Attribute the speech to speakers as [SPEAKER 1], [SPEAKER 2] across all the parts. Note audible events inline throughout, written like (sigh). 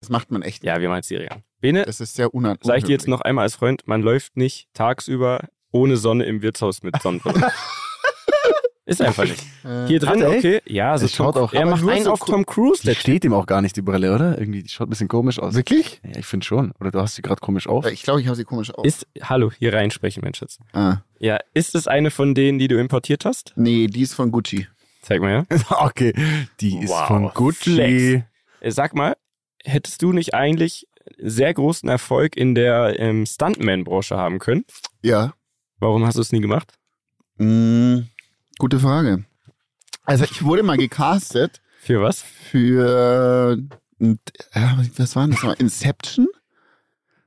[SPEAKER 1] Das macht man echt.
[SPEAKER 2] Ja, wir machen jetzt Serie an. Bene,
[SPEAKER 1] Das ist sehr unangenehm.
[SPEAKER 2] sag ich dir jetzt noch einmal als Freund, man läuft nicht tagsüber ohne Sonne im Wirtshaus mit Sonnenbrille. ist einfach nicht. Hier drin,
[SPEAKER 3] Hat er echt?
[SPEAKER 2] okay. Ja, so
[SPEAKER 3] Das schaut
[SPEAKER 2] Tom,
[SPEAKER 3] auch-
[SPEAKER 2] er
[SPEAKER 3] aber
[SPEAKER 2] macht
[SPEAKER 3] nur
[SPEAKER 2] einen
[SPEAKER 3] so
[SPEAKER 2] auf
[SPEAKER 3] cool.
[SPEAKER 2] Tom Cruise.
[SPEAKER 3] Die
[SPEAKER 2] Der
[SPEAKER 3] steht ihm auch gar nicht, die Brille, oder? Irgendwie, die schaut ein bisschen komisch aus.
[SPEAKER 1] Wirklich?
[SPEAKER 3] Ja, ich finde schon. Oder du hast sie gerade komisch auf.
[SPEAKER 1] Äh, Ich glaube, ich habe sie komisch auf.
[SPEAKER 2] ist, hallo, hier reinsprechen, mein Schatz.
[SPEAKER 1] ah.
[SPEAKER 2] Ja, ist es eine von denen, die du importiert hast?
[SPEAKER 1] Nee, die ist von Gucci.
[SPEAKER 2] Zeig mal her.
[SPEAKER 3] (laughs) (laughs) Okay, die ist
[SPEAKER 2] Wow,
[SPEAKER 3] von Gucci.
[SPEAKER 2] Flex. Äh, Sag mal, hättest du nicht eigentlich sehr großen Erfolg in der ähm, Stuntman-Branche haben können?
[SPEAKER 1] Ja.
[SPEAKER 2] Warum hast du es nie gemacht?
[SPEAKER 1] Mm, gute Frage. Also ich wurde mal gecastet
[SPEAKER 2] Für was?
[SPEAKER 1] für ein- äh, was war das mal? Inception?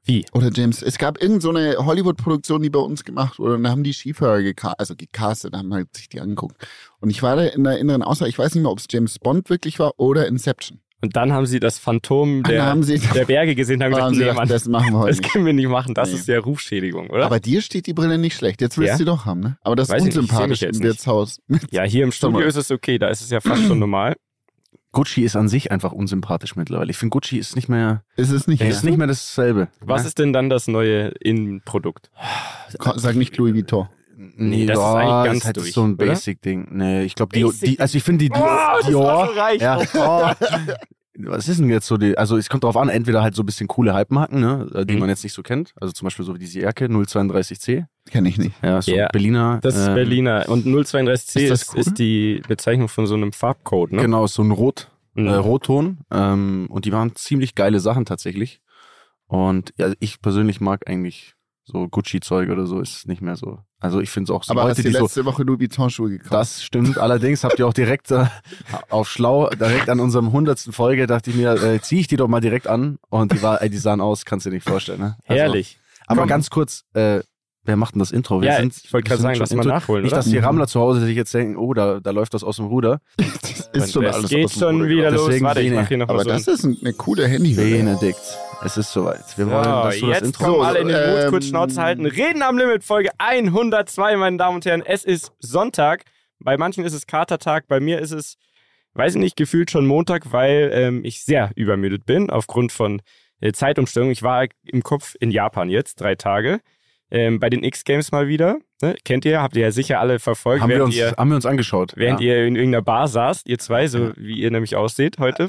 [SPEAKER 2] Wie?
[SPEAKER 1] Oder James. Es gab irgend so eine Hollywood-Produktion, die bei uns gemacht wurde, und da haben die Skifahrer gecastet, also gecastet, haben halt sich die angeguckt. Und ich war da in der inneren Auswahl, ich weiß nicht mehr, ob es James Bond wirklich war oder Inception.
[SPEAKER 2] Und dann haben sie das Phantom
[SPEAKER 1] Und da
[SPEAKER 2] der,
[SPEAKER 1] haben sie,
[SPEAKER 2] der Berge gesehen und
[SPEAKER 1] (laughs)
[SPEAKER 2] haben
[SPEAKER 1] da
[SPEAKER 2] gesagt,
[SPEAKER 1] haben sie
[SPEAKER 2] nee,
[SPEAKER 1] gedacht,
[SPEAKER 2] Mann, das,
[SPEAKER 1] das machen wir heute nicht.
[SPEAKER 2] können wir nicht machen, das
[SPEAKER 1] Nee.
[SPEAKER 2] ist ja Rufschädigung, oder?
[SPEAKER 1] Aber dir steht die Brille nicht schlecht. Jetzt willst
[SPEAKER 2] Ja?
[SPEAKER 1] du sie doch haben, ne? Aber das
[SPEAKER 2] Weiß
[SPEAKER 1] ist
[SPEAKER 2] ich nicht,
[SPEAKER 1] unsympathisch
[SPEAKER 2] ich seh mich jetzt
[SPEAKER 1] im Wirtshaus.
[SPEAKER 2] ja, hier im Studio
[SPEAKER 1] mal.
[SPEAKER 2] ist es okay, da ist es ja fast schon normal.
[SPEAKER 3] Gucci ist an sich einfach unsympathisch mittlerweile. Ich finde, Gucci ist nicht mehr,
[SPEAKER 1] Ist es nicht.
[SPEAKER 3] ist nicht mehr dasselbe. Ne?
[SPEAKER 2] Was
[SPEAKER 3] Ja?
[SPEAKER 2] ist denn dann das neue Innenprodukt?
[SPEAKER 1] Ko- Sag nicht Louis Vuitton.
[SPEAKER 2] Nee, das ist
[SPEAKER 3] ja,
[SPEAKER 2] eigentlich ganz
[SPEAKER 3] ist halt
[SPEAKER 2] durch,
[SPEAKER 3] so ein
[SPEAKER 2] oder?
[SPEAKER 3] Basic-Ding. Nee, ich glaube, die,
[SPEAKER 2] Basic- Oh,
[SPEAKER 3] die, also ich finde die Dior. Dior
[SPEAKER 2] (laughs)
[SPEAKER 3] ja. (laughs) Was ist denn jetzt so die, also es kommt drauf an, entweder halt so ein bisschen coole Halbmarken, ne, äh, die
[SPEAKER 2] Mhm.
[SPEAKER 3] man jetzt nicht so kennt. Also zum Beispiel so wie diese Jacke 032C.
[SPEAKER 1] Kenn ich nicht.
[SPEAKER 3] Ja, so
[SPEAKER 2] Ja.
[SPEAKER 3] Berliner.
[SPEAKER 2] Das ist
[SPEAKER 3] ähm,
[SPEAKER 2] Berliner. Und 032C
[SPEAKER 3] ist das
[SPEAKER 2] ist,
[SPEAKER 3] cool?
[SPEAKER 2] ist die Bezeichnung von so einem Farbcode, ne?
[SPEAKER 3] Genau, ist so ein Rot,
[SPEAKER 2] Mhm.
[SPEAKER 3] äh, Rotton. Ähm, und die waren ziemlich geile Sachen tatsächlich. Und ja, ich persönlich mag eigentlich so Gucci-Zeug oder so, ist nicht mehr so. Also ich finde es auch so
[SPEAKER 1] Aber
[SPEAKER 3] Leute,
[SPEAKER 1] hast du
[SPEAKER 3] die so.
[SPEAKER 1] letzte Woche Louis Vuitton-Schuhe gekauft?
[SPEAKER 3] Das stimmt. Allerdings habt ihr auch direkt äh, auf Schlau, direkt an unserem hundertsten Folge, dachte ich mir, äh, ziehe ich die doch mal direkt an. Und die, war, äh, die sahen aus, kannst du dir nicht vorstellen. Ne? Also,
[SPEAKER 2] Herrlich.
[SPEAKER 3] Aber
[SPEAKER 1] Komm.
[SPEAKER 3] ganz kurz, äh, wer macht denn das Intro? Wir
[SPEAKER 2] ja,
[SPEAKER 3] sind-
[SPEAKER 2] ich wollte gerade
[SPEAKER 3] wir sind
[SPEAKER 2] sagen,
[SPEAKER 3] schon
[SPEAKER 2] lass mal
[SPEAKER 3] Intro-
[SPEAKER 2] nachholen,
[SPEAKER 3] Nicht,
[SPEAKER 2] oder?
[SPEAKER 3] dass die
[SPEAKER 1] Mhm.
[SPEAKER 3] Rammler zu Hause sich jetzt denken, oh, da, da läuft das aus dem Ruder.
[SPEAKER 1] Das
[SPEAKER 2] Mensch, es geht
[SPEAKER 3] aus dem
[SPEAKER 2] schon
[SPEAKER 3] Ruder
[SPEAKER 2] wieder
[SPEAKER 3] gelaufen.
[SPEAKER 2] los.
[SPEAKER 3] Deswegen,
[SPEAKER 2] Warte, ich
[SPEAKER 3] Bene,
[SPEAKER 2] mache hier noch
[SPEAKER 1] Aber
[SPEAKER 2] mal
[SPEAKER 1] das
[SPEAKER 2] so.
[SPEAKER 1] ist ein, eine coole Handyhülle.
[SPEAKER 3] Benedikt, es ist soweit. Wir wollen,
[SPEAKER 2] Ja,
[SPEAKER 3] dass du das
[SPEAKER 2] jetzt
[SPEAKER 3] Intro
[SPEAKER 2] kommen alle in den Mut,
[SPEAKER 1] ähm,
[SPEAKER 2] kurz Schnauze halten. Reden am Limit, Folge 102, meine Damen und Herren. Es ist Sonntag. Bei manchen ist es Katertag, bei mir ist es, weiß ich nicht, gefühlt schon Montag, weil ähm, ich sehr übermüdet bin aufgrund von äh, Zeitumstellung. Ich war im Kopf in Japan jetzt, drei Tage. Ähm, bei den X-Games mal wieder. Ne? Kennt ihr, habt ihr ja sicher alle verfolgt.
[SPEAKER 3] haben, wir
[SPEAKER 2] während
[SPEAKER 3] uns,
[SPEAKER 2] ihr
[SPEAKER 3] haben wir uns angeschaut.
[SPEAKER 2] Während
[SPEAKER 3] ja.
[SPEAKER 2] ihr in irgendeiner Bar saßt, ihr zwei, so wie ihr nämlich ausseht heute.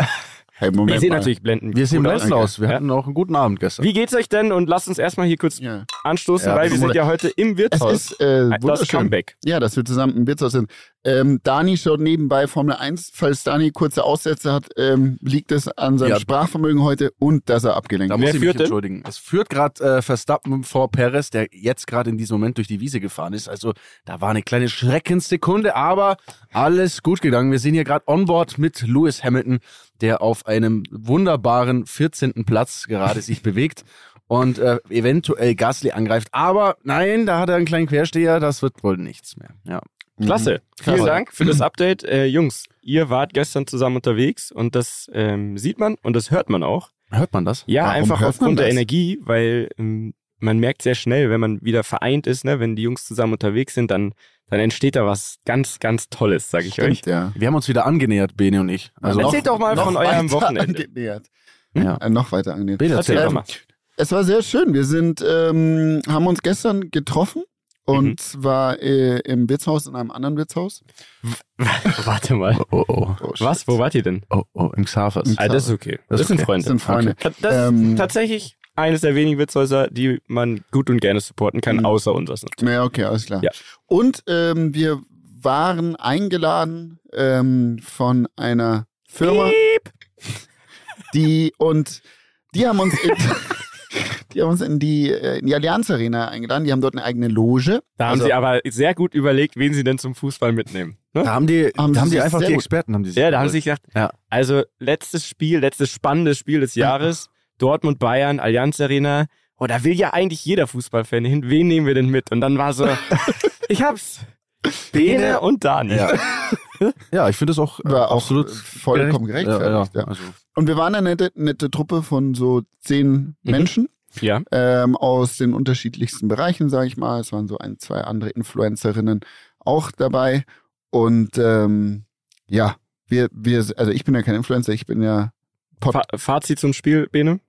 [SPEAKER 1] Hey, Moment
[SPEAKER 2] Wir sehen
[SPEAKER 1] mal.
[SPEAKER 2] natürlich blenden.
[SPEAKER 3] wir sehen
[SPEAKER 2] gut
[SPEAKER 3] blendend
[SPEAKER 1] danke.
[SPEAKER 3] aus. Wir
[SPEAKER 2] Ja.
[SPEAKER 3] hatten auch einen guten Abend gestern.
[SPEAKER 2] Wie geht's euch denn? Und lasst uns erstmal hier kurz
[SPEAKER 1] Ja.
[SPEAKER 2] anstoßen,
[SPEAKER 3] Ja,
[SPEAKER 2] weil wir
[SPEAKER 3] das
[SPEAKER 2] sind
[SPEAKER 3] wurde-
[SPEAKER 2] ja heute im
[SPEAKER 1] Es
[SPEAKER 2] Wirtshaus.
[SPEAKER 1] ist äh,
[SPEAKER 2] das
[SPEAKER 1] wunderschön.
[SPEAKER 2] Comeback.
[SPEAKER 1] Ja, dass wir zusammen im Wirtshaus sind. Ähm, Dani schaut nebenbei Formel 1. Falls Dani kurze Aussätze hat, ähm, liegt es an seinem
[SPEAKER 3] Ja.
[SPEAKER 1] Sprachvermögen heute und dass er abgelenkt
[SPEAKER 3] Da
[SPEAKER 1] ist.
[SPEAKER 3] muss
[SPEAKER 2] Wer
[SPEAKER 3] ich
[SPEAKER 2] führt
[SPEAKER 3] mich
[SPEAKER 2] denn?
[SPEAKER 3] entschuldigen. Es führt gerade äh, Verstappen vor Perez, der jetzt gerade in diesem Moment durch die Wiese gefahren ist. Also da war eine kleine Schreckenssekunde, aber alles gut gegangen. Wir sind hier gerade on board mit Lewis Hamilton, der auf einem wunderbaren 14. Platz gerade sich (laughs) bewegt und äh, eventuell Gasly angreift. Aber nein, da hat er einen kleinen Quersteher. Das wird wohl nichts mehr. Ja.
[SPEAKER 2] Klasse.
[SPEAKER 1] Mhm. Klasse. Mhm.
[SPEAKER 2] Vielen Dank für das Update. Äh, Jungs, ihr wart gestern zusammen unterwegs und das ähm, sieht man und das hört man auch.
[SPEAKER 3] Hört man das?
[SPEAKER 2] Ja,
[SPEAKER 1] Warum
[SPEAKER 2] einfach
[SPEAKER 1] hört
[SPEAKER 2] aufgrund
[SPEAKER 1] man
[SPEAKER 2] der
[SPEAKER 1] das?
[SPEAKER 2] Energie, weil ähm, man merkt sehr schnell, wenn man wieder vereint ist, ne, wenn die Jungs zusammen unterwegs sind, dann, dann entsteht da was ganz, ganz Tolles, sage ich euch.
[SPEAKER 1] Stimmt, ja.
[SPEAKER 3] Wir haben uns wieder angenähert, Bene und ich. Also,
[SPEAKER 1] Noch-
[SPEAKER 2] Erzählt doch mal
[SPEAKER 1] noch
[SPEAKER 2] von
[SPEAKER 1] weiter
[SPEAKER 2] eurem Wochenende.
[SPEAKER 1] angenähert.
[SPEAKER 3] ja.
[SPEAKER 1] Äh, noch weiter angenähert.
[SPEAKER 3] Bene,
[SPEAKER 2] Hm? Erzähl
[SPEAKER 3] erzähl
[SPEAKER 2] doch
[SPEAKER 3] doch mal.
[SPEAKER 2] mal.
[SPEAKER 1] Es war sehr schön. Wir sind, ähm, haben uns gestern getroffen und
[SPEAKER 2] Mhm.
[SPEAKER 1] zwar äh, im Wirtshaus, in einem anderen Wirtshaus.
[SPEAKER 2] Warte mal. (laughs)
[SPEAKER 3] Oh, oh,
[SPEAKER 1] Oh, shit.
[SPEAKER 2] Was? Wo wart ihr denn?
[SPEAKER 3] oh, oh, im Xavers.
[SPEAKER 2] Ah, das ist okay. Das,
[SPEAKER 3] Das ist
[SPEAKER 2] sind
[SPEAKER 3] okay.
[SPEAKER 2] Freunde.
[SPEAKER 1] Das sind Freunde.
[SPEAKER 2] Ta- Das ist
[SPEAKER 1] Ähm.
[SPEAKER 2] tatsächlich eines der wenigen Witzhäuser, die man gut und gerne supporten kann,
[SPEAKER 1] Mhm.
[SPEAKER 2] außer unseres.
[SPEAKER 1] Ja, okay, alles klar.
[SPEAKER 2] Ja.
[SPEAKER 1] Und ähm, wir waren eingeladen ähm, von einer
[SPEAKER 2] (laughs)
[SPEAKER 1] Firma, die und die haben uns in, (laughs) die haben uns in die, äh, in die Allianz Arena eingeladen. Die haben dort eine eigene Loge.
[SPEAKER 2] Da haben
[SPEAKER 1] Also-
[SPEAKER 2] sie aber sehr gut überlegt, wen sie denn zum Fußball mitnehmen. Ne?
[SPEAKER 3] Da haben die,
[SPEAKER 1] Haben
[SPEAKER 3] da haben
[SPEAKER 1] sie
[SPEAKER 3] die
[SPEAKER 1] sich Ah,
[SPEAKER 3] einfach
[SPEAKER 1] sehr
[SPEAKER 3] die
[SPEAKER 1] gut-
[SPEAKER 3] Experten haben die sich
[SPEAKER 2] Ja, da haben
[SPEAKER 3] geholt.
[SPEAKER 2] sie sich gedacht,
[SPEAKER 3] Ja.
[SPEAKER 2] also letztes Spiel, letztes spannendes Spiel des Jahres, Dortmund, Bayern, Allianz Arena. Oh, da will ja eigentlich jeder Fußballfan hin. Wen nehmen wir denn mit? Und dann
[SPEAKER 1] (laughs)
[SPEAKER 2] war so, ich hab's. Bene und Dani.
[SPEAKER 3] Ja, ja ich finde das auch äh,
[SPEAKER 1] War auch
[SPEAKER 3] absolut
[SPEAKER 1] vollkommen
[SPEAKER 3] gerecht-
[SPEAKER 1] gerechtfertigt,
[SPEAKER 3] Ja,
[SPEAKER 1] ja.
[SPEAKER 3] ja. Also,
[SPEAKER 1] Und wir waren eine nette, nette Truppe von so
[SPEAKER 2] Mhm.
[SPEAKER 1] zehn Menschen.
[SPEAKER 2] ja.
[SPEAKER 1] ähm, aus den unterschiedlichsten Bereichen, sage ich mal. Es waren so ein, zwei andere Influencerinnen auch dabei. Und ähm, ja, wir, wir, also ich bin ja kein Influencer, ich bin ja Pott.
[SPEAKER 2] Fa Fazit zum Spiel, Bene?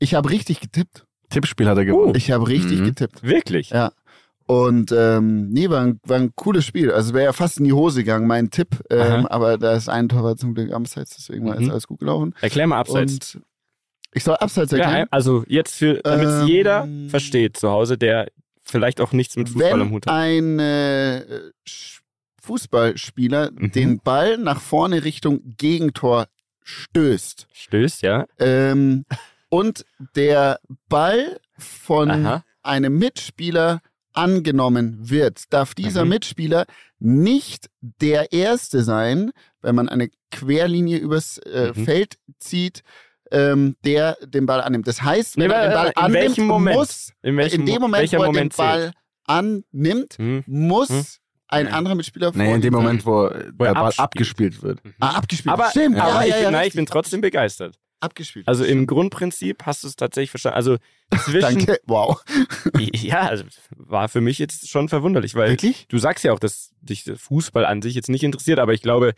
[SPEAKER 1] Ich habe richtig getippt.
[SPEAKER 3] Tippspiel
[SPEAKER 2] Uh.
[SPEAKER 3] hat er gewonnen.
[SPEAKER 1] Ich habe richtig
[SPEAKER 3] Mhm.
[SPEAKER 1] getippt.
[SPEAKER 2] Wirklich?
[SPEAKER 1] Ja. Und ähm, nee, war ein, war ein cooles Spiel. Also wäre ja fast in die Hose gegangen, mein Tipp. Ähm, aber da ist ein Torwart zum Glück abseits, deswegen war
[SPEAKER 2] Mhm.
[SPEAKER 1] jetzt alles gut gelaufen.
[SPEAKER 2] Erklär mal abseits.
[SPEAKER 1] Und ich soll abseits erklären.
[SPEAKER 2] Ja, also jetzt für, damit
[SPEAKER 1] Ähm,
[SPEAKER 2] jeder versteht zu Hause, der vielleicht auch nichts mit Fußball am
[SPEAKER 1] wenn
[SPEAKER 2] Hut hat.
[SPEAKER 1] ein äh, Sch- Fußballspieler
[SPEAKER 2] Mhm.
[SPEAKER 1] den Ball nach vorne Richtung Gegentor stößt
[SPEAKER 2] Stößt, ja. (laughs)
[SPEAKER 1] ähm, und der Ball von
[SPEAKER 2] Aha.
[SPEAKER 1] einem Mitspieler angenommen wird, darf dieser
[SPEAKER 2] Mhm.
[SPEAKER 1] Mitspieler nicht der Erste sein, wenn man eine Querlinie übers äh,
[SPEAKER 2] Mhm.
[SPEAKER 1] Feld zieht, ähm, der den Ball annimmt. Das heißt, wenn
[SPEAKER 2] Nee,
[SPEAKER 1] er den
[SPEAKER 2] aber,
[SPEAKER 1] Ball
[SPEAKER 2] äh, in
[SPEAKER 1] annimmt,
[SPEAKER 2] welchem Moment?
[SPEAKER 1] muss
[SPEAKER 2] In, welchem,
[SPEAKER 1] in dem
[SPEAKER 2] Mo-
[SPEAKER 1] Moment,
[SPEAKER 2] welcher
[SPEAKER 1] wo er
[SPEAKER 2] Moment
[SPEAKER 1] den Ball annimmt,
[SPEAKER 2] zählt? Hm?
[SPEAKER 1] muss
[SPEAKER 2] Hm?
[SPEAKER 1] ein anderer Mitspieler
[SPEAKER 3] Nee, in dem
[SPEAKER 1] vorliegen.
[SPEAKER 3] Moment, wo äh,
[SPEAKER 2] Wo er
[SPEAKER 3] der Ball
[SPEAKER 2] abspielt.
[SPEAKER 3] abgespielt wird.
[SPEAKER 1] Ah, abgespielt.
[SPEAKER 2] Aber,
[SPEAKER 1] Stimmt.
[SPEAKER 2] aber
[SPEAKER 1] ja,
[SPEAKER 2] ich,
[SPEAKER 1] ja,
[SPEAKER 2] bin,
[SPEAKER 1] ja,
[SPEAKER 2] nein, ich
[SPEAKER 1] richtig.
[SPEAKER 2] bin trotzdem begeistert.
[SPEAKER 1] abgespielt.
[SPEAKER 2] Also im Grundprinzip hast du es tatsächlich verstanden. Also zwischen.
[SPEAKER 1] Danke. Wow.
[SPEAKER 2] (laughs) ja, also war für mich jetzt schon verwunderlich, weil
[SPEAKER 1] Wirklich?
[SPEAKER 2] du sagst ja auch, dass dich der Fußball an sich jetzt nicht interessiert, aber ich glaube,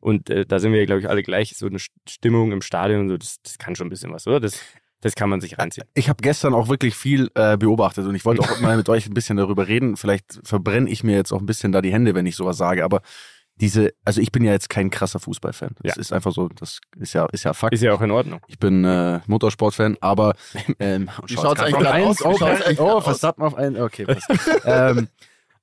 [SPEAKER 2] und äh, da sind wir, glaube ich, alle gleich, so eine St- Stimmung im Stadion und so, das, das kann schon ein bisschen was, oder? Das, das kann man sich reinziehen.
[SPEAKER 3] Ich habe gestern auch wirklich viel äh, beobachtet und ich wollte auch mal mit euch ein bisschen darüber reden. Vielleicht verbrenne ich mir jetzt auch ein bisschen da die Hände, wenn ich sowas sage, aber diese, also ich bin ja jetzt kein krasser Fußballfan. Das
[SPEAKER 2] Ja.
[SPEAKER 3] ist einfach so, das ist ja, ist ja Fakt.
[SPEAKER 2] Ist ja auch in Ordnung.
[SPEAKER 3] Ich bin äh, Motorsportfan,
[SPEAKER 1] (laughs)
[SPEAKER 3] aber ähm,
[SPEAKER 1] Wie schaut's eigentlich
[SPEAKER 3] auf
[SPEAKER 1] gerade
[SPEAKER 3] eins?
[SPEAKER 1] aus? Wie
[SPEAKER 3] Oh,
[SPEAKER 1] schaut's eigentlich gerade
[SPEAKER 3] oh
[SPEAKER 1] aus?
[SPEAKER 3] Verstappen auf einen. Okay, passt. ähm,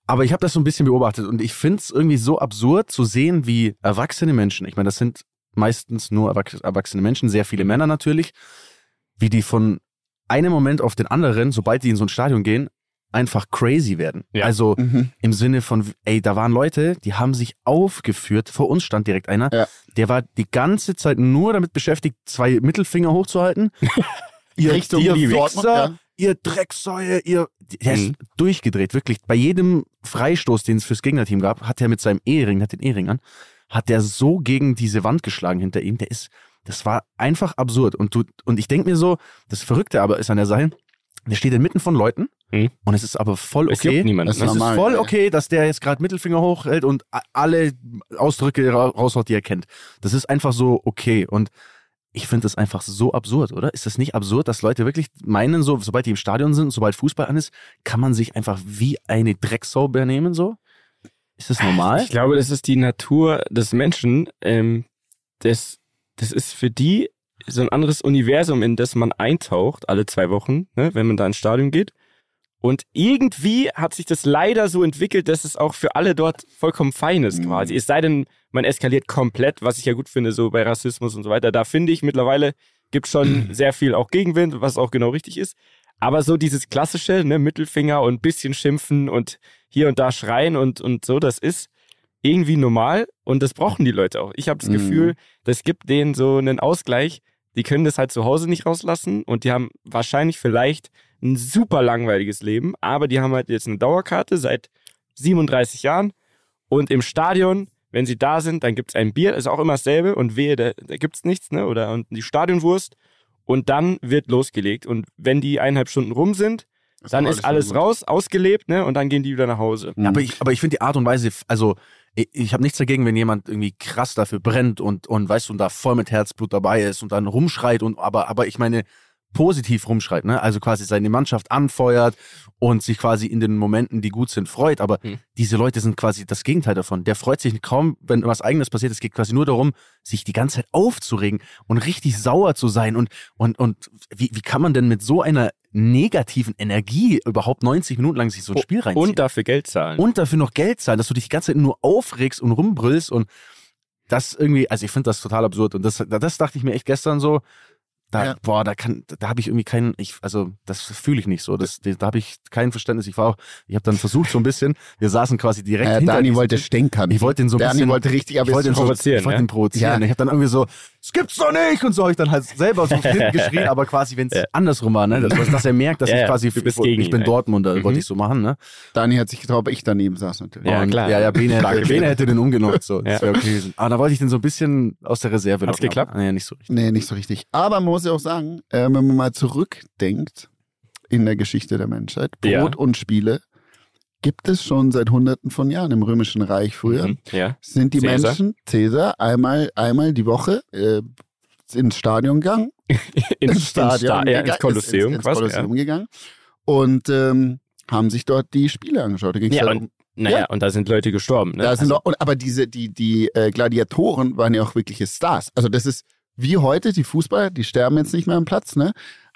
[SPEAKER 3] aber ich habe das so ein bisschen beobachtet und ich finde es irgendwie so absurd zu sehen, wie erwachsene Menschen, ich meine, das sind meistens nur erwachs- erwachsene Menschen, sehr
[SPEAKER 1] Mhm.
[SPEAKER 3] viele Männer natürlich, wie die von einem Moment auf den anderen, sobald die in so ein Stadion gehen, einfach crazy werden.
[SPEAKER 2] Ja.
[SPEAKER 3] Also
[SPEAKER 1] Mhm.
[SPEAKER 3] im Sinne von, ey, da waren Leute, die haben sich aufgeführt. Vor uns stand direkt einer,
[SPEAKER 1] Ja.
[SPEAKER 3] der war die ganze Zeit nur damit beschäftigt, zwei Mittelfinger hochzuhalten. ihr
[SPEAKER 1] Richtung
[SPEAKER 3] ihr
[SPEAKER 1] die
[SPEAKER 3] Wichser,
[SPEAKER 1] Dortmund,
[SPEAKER 3] ihr Drecksäue, ihr. Der
[SPEAKER 2] Mhm.
[SPEAKER 3] ist durchgedreht, wirklich. Bei jedem Freistoß, den es fürs Gegnerteam gab, hat er mit seinem Ehering, hat den Ehering an, hat der so gegen diese Wand geschlagen hinter ihm. Der ist, das war einfach absurd. Und, du, und ich denke mir so, das Verrückte aber ist an der Sache, der steht inmitten von Leuten
[SPEAKER 2] Mhm.
[SPEAKER 3] und es ist aber voll okay.
[SPEAKER 2] Es juckt niemanden.
[SPEAKER 1] Das
[SPEAKER 2] Ne?
[SPEAKER 3] Es ist
[SPEAKER 1] normal,
[SPEAKER 3] voll
[SPEAKER 1] ja.
[SPEAKER 3] okay, dass der jetzt gerade Mittelfinger hochhält und a- alle Ausdrücke ra raushaut, die er kennt. Das ist einfach so okay. Und ich finde das einfach so absurd, oder? Ist das nicht absurd, dass Leute wirklich meinen, so, sobald die im Stadion sind, sobald Fußball an ist, kann man sich einfach wie eine Drecksau benehmen, so? Ist das normal?
[SPEAKER 2] Ich glaube, das ist die Natur des Menschen. Ähm, das, das ist für die so ein anderes Universum, in das man eintaucht, alle zwei Wochen, ne, wenn man da ins Stadion geht. Und irgendwie hat sich das leider so entwickelt, dass es auch für alle dort vollkommen fein ist
[SPEAKER 1] Mhm.
[SPEAKER 2] quasi. Es sei denn, man eskaliert komplett, was ich ja gut finde, so bei Rassismus und so weiter. Da finde ich mittlerweile gibt
[SPEAKER 3] (clears throat)
[SPEAKER 2] schon sehr viel auch Gegenwind, was auch genau richtig ist. Aber so dieses klassische, ne, Mittelfinger und bisschen schimpfen und hier und da schreien und, und so, das ist irgendwie normal und das brauchen die Leute auch. Ich habe das
[SPEAKER 1] Mhm.
[SPEAKER 2] Gefühl, das gibt denen so einen Ausgleich. Die können das halt zu Hause nicht rauslassen und die haben wahrscheinlich vielleicht ein super langweiliges Leben, aber die haben halt jetzt eine Dauerkarte seit 37 Jahren und im Stadion, wenn sie da sind, dann gibt es ein Bier, ist auch immer dasselbe und wehe, da, da gibt es nichts, ne? Oder und die Stadionwurst und dann wird losgelegt und wenn die eineinhalb Stunden rum sind,
[SPEAKER 1] ja.
[SPEAKER 2] dann ist alles
[SPEAKER 1] schon gut.
[SPEAKER 2] raus, ausgelebt, ne? Und dann gehen die wieder nach Hause.
[SPEAKER 1] Mhm.
[SPEAKER 3] Aber ich, aber ich finde die Art und Weise, also ich, ich habe nichts dagegen, wenn jemand irgendwie krass dafür brennt und, und weißt du, und da voll mit Herzblut dabei ist und dann rumschreit und aber, aber ich meine positiv rumschreit, ne? Also quasi seine Mannschaft anfeuert und sich quasi in den Momenten, die gut sind, freut. Aber
[SPEAKER 2] Hm.
[SPEAKER 3] diese Leute sind quasi das Gegenteil davon. Der freut sich kaum, wenn was Eigenes passiert. Es geht quasi nur darum, sich die ganze Zeit aufzuregen und richtig sauer zu sein. Und, und, und wie, wie kann man denn mit so einer negativen Energie überhaupt 90 Minuten lang sich so ein
[SPEAKER 2] O-
[SPEAKER 3] Spiel reinziehen?
[SPEAKER 2] Und dafür Geld zahlen.
[SPEAKER 3] und dafür noch Geld zahlen, dass du dich die ganze Zeit nur aufregst und rumbrüllst und das irgendwie, also ich finde das total absurd und das, das dachte ich mir echt gestern so, da,
[SPEAKER 1] Ja.
[SPEAKER 3] boah, da kann, da habe ich irgendwie keinen, ich, also das fühle ich nicht so, das, da habe ich kein Verständnis. Ich war auch, ich habe dann versucht so ein bisschen, wir saßen quasi direkt
[SPEAKER 1] Ja,
[SPEAKER 3] hinter
[SPEAKER 1] Dani
[SPEAKER 3] diesem
[SPEAKER 1] wollte
[SPEAKER 3] Tisch.
[SPEAKER 1] stänkern.
[SPEAKER 3] ich wollte ihn so ein
[SPEAKER 1] Der Dani
[SPEAKER 3] bisschen,
[SPEAKER 1] wollte richtig
[SPEAKER 3] ich wollte ihn so,
[SPEAKER 2] provozieren,
[SPEAKER 3] ich wollte
[SPEAKER 2] ja.
[SPEAKER 3] ihn provozieren.
[SPEAKER 1] Ja.
[SPEAKER 3] Ich habe dann irgendwie so, es gibt's doch nicht und so habe ich dann halt
[SPEAKER 2] (laughs)
[SPEAKER 3] selber so hinten geschrien, aber quasi, wenn es
[SPEAKER 2] Ja.
[SPEAKER 3] andersrum war, ne, dass, dass er merkt, dass
[SPEAKER 2] Ja,
[SPEAKER 3] ich
[SPEAKER 2] ja,
[SPEAKER 3] quasi,
[SPEAKER 2] du bist gegen
[SPEAKER 3] ich
[SPEAKER 2] ihn
[SPEAKER 3] bin
[SPEAKER 2] eigentlich.
[SPEAKER 3] Dortmunder,
[SPEAKER 2] Mhm.
[SPEAKER 3] wollte ich so machen, ne.
[SPEAKER 1] Dani hat sich getraut, aber ich daneben saß natürlich.
[SPEAKER 2] Ja,
[SPEAKER 3] Und-
[SPEAKER 2] klar.
[SPEAKER 3] Ja, ja, Bene hätte,
[SPEAKER 2] Starke
[SPEAKER 3] Bene
[SPEAKER 2] Bene.
[SPEAKER 3] hätte den umgenutzt. So. Das
[SPEAKER 2] Ja.
[SPEAKER 3] wäre okay gewesen. Aber da wollte ich den so ein bisschen aus der Reserve
[SPEAKER 2] Hat's
[SPEAKER 3] locken,
[SPEAKER 2] geklappt?
[SPEAKER 3] aber- Nee, nicht so richtig.
[SPEAKER 1] Nee, nicht so richtig. Aber man muss ja auch sagen, äh, wenn man mal zurückdenkt in der Geschichte der Menschheit, Brot
[SPEAKER 2] Ja.
[SPEAKER 1] und Spiele gibt es schon seit Hunderten von Jahren im Römischen Reich früher.
[SPEAKER 2] Mhm. Ja.
[SPEAKER 1] Sind die
[SPEAKER 2] Caesar.
[SPEAKER 1] Menschen, Cäsar, einmal, einmal die Woche, äh, ist ins Stadion gegangen.
[SPEAKER 2] (laughs) In, ins Stadion, ja,
[SPEAKER 1] gegangen,
[SPEAKER 2] ins Kolosseum
[SPEAKER 1] ist ins, ins
[SPEAKER 2] quasi.
[SPEAKER 1] Kolosseum gegangen. Und ähm, haben sich dort die Spiele angeschaut. Da ging's
[SPEAKER 2] Ja,
[SPEAKER 1] halt
[SPEAKER 2] und- ja. Naja,
[SPEAKER 1] Ja.
[SPEAKER 2] und da sind Leute gestorben. Ne?
[SPEAKER 1] Da sind doch- und, aber diese, die, die äh, Gladiatoren waren ja auch wirkliche Stars. Also das ist wie heute, die Fußballer, die sterben jetzt nicht mehr am Platz, ne?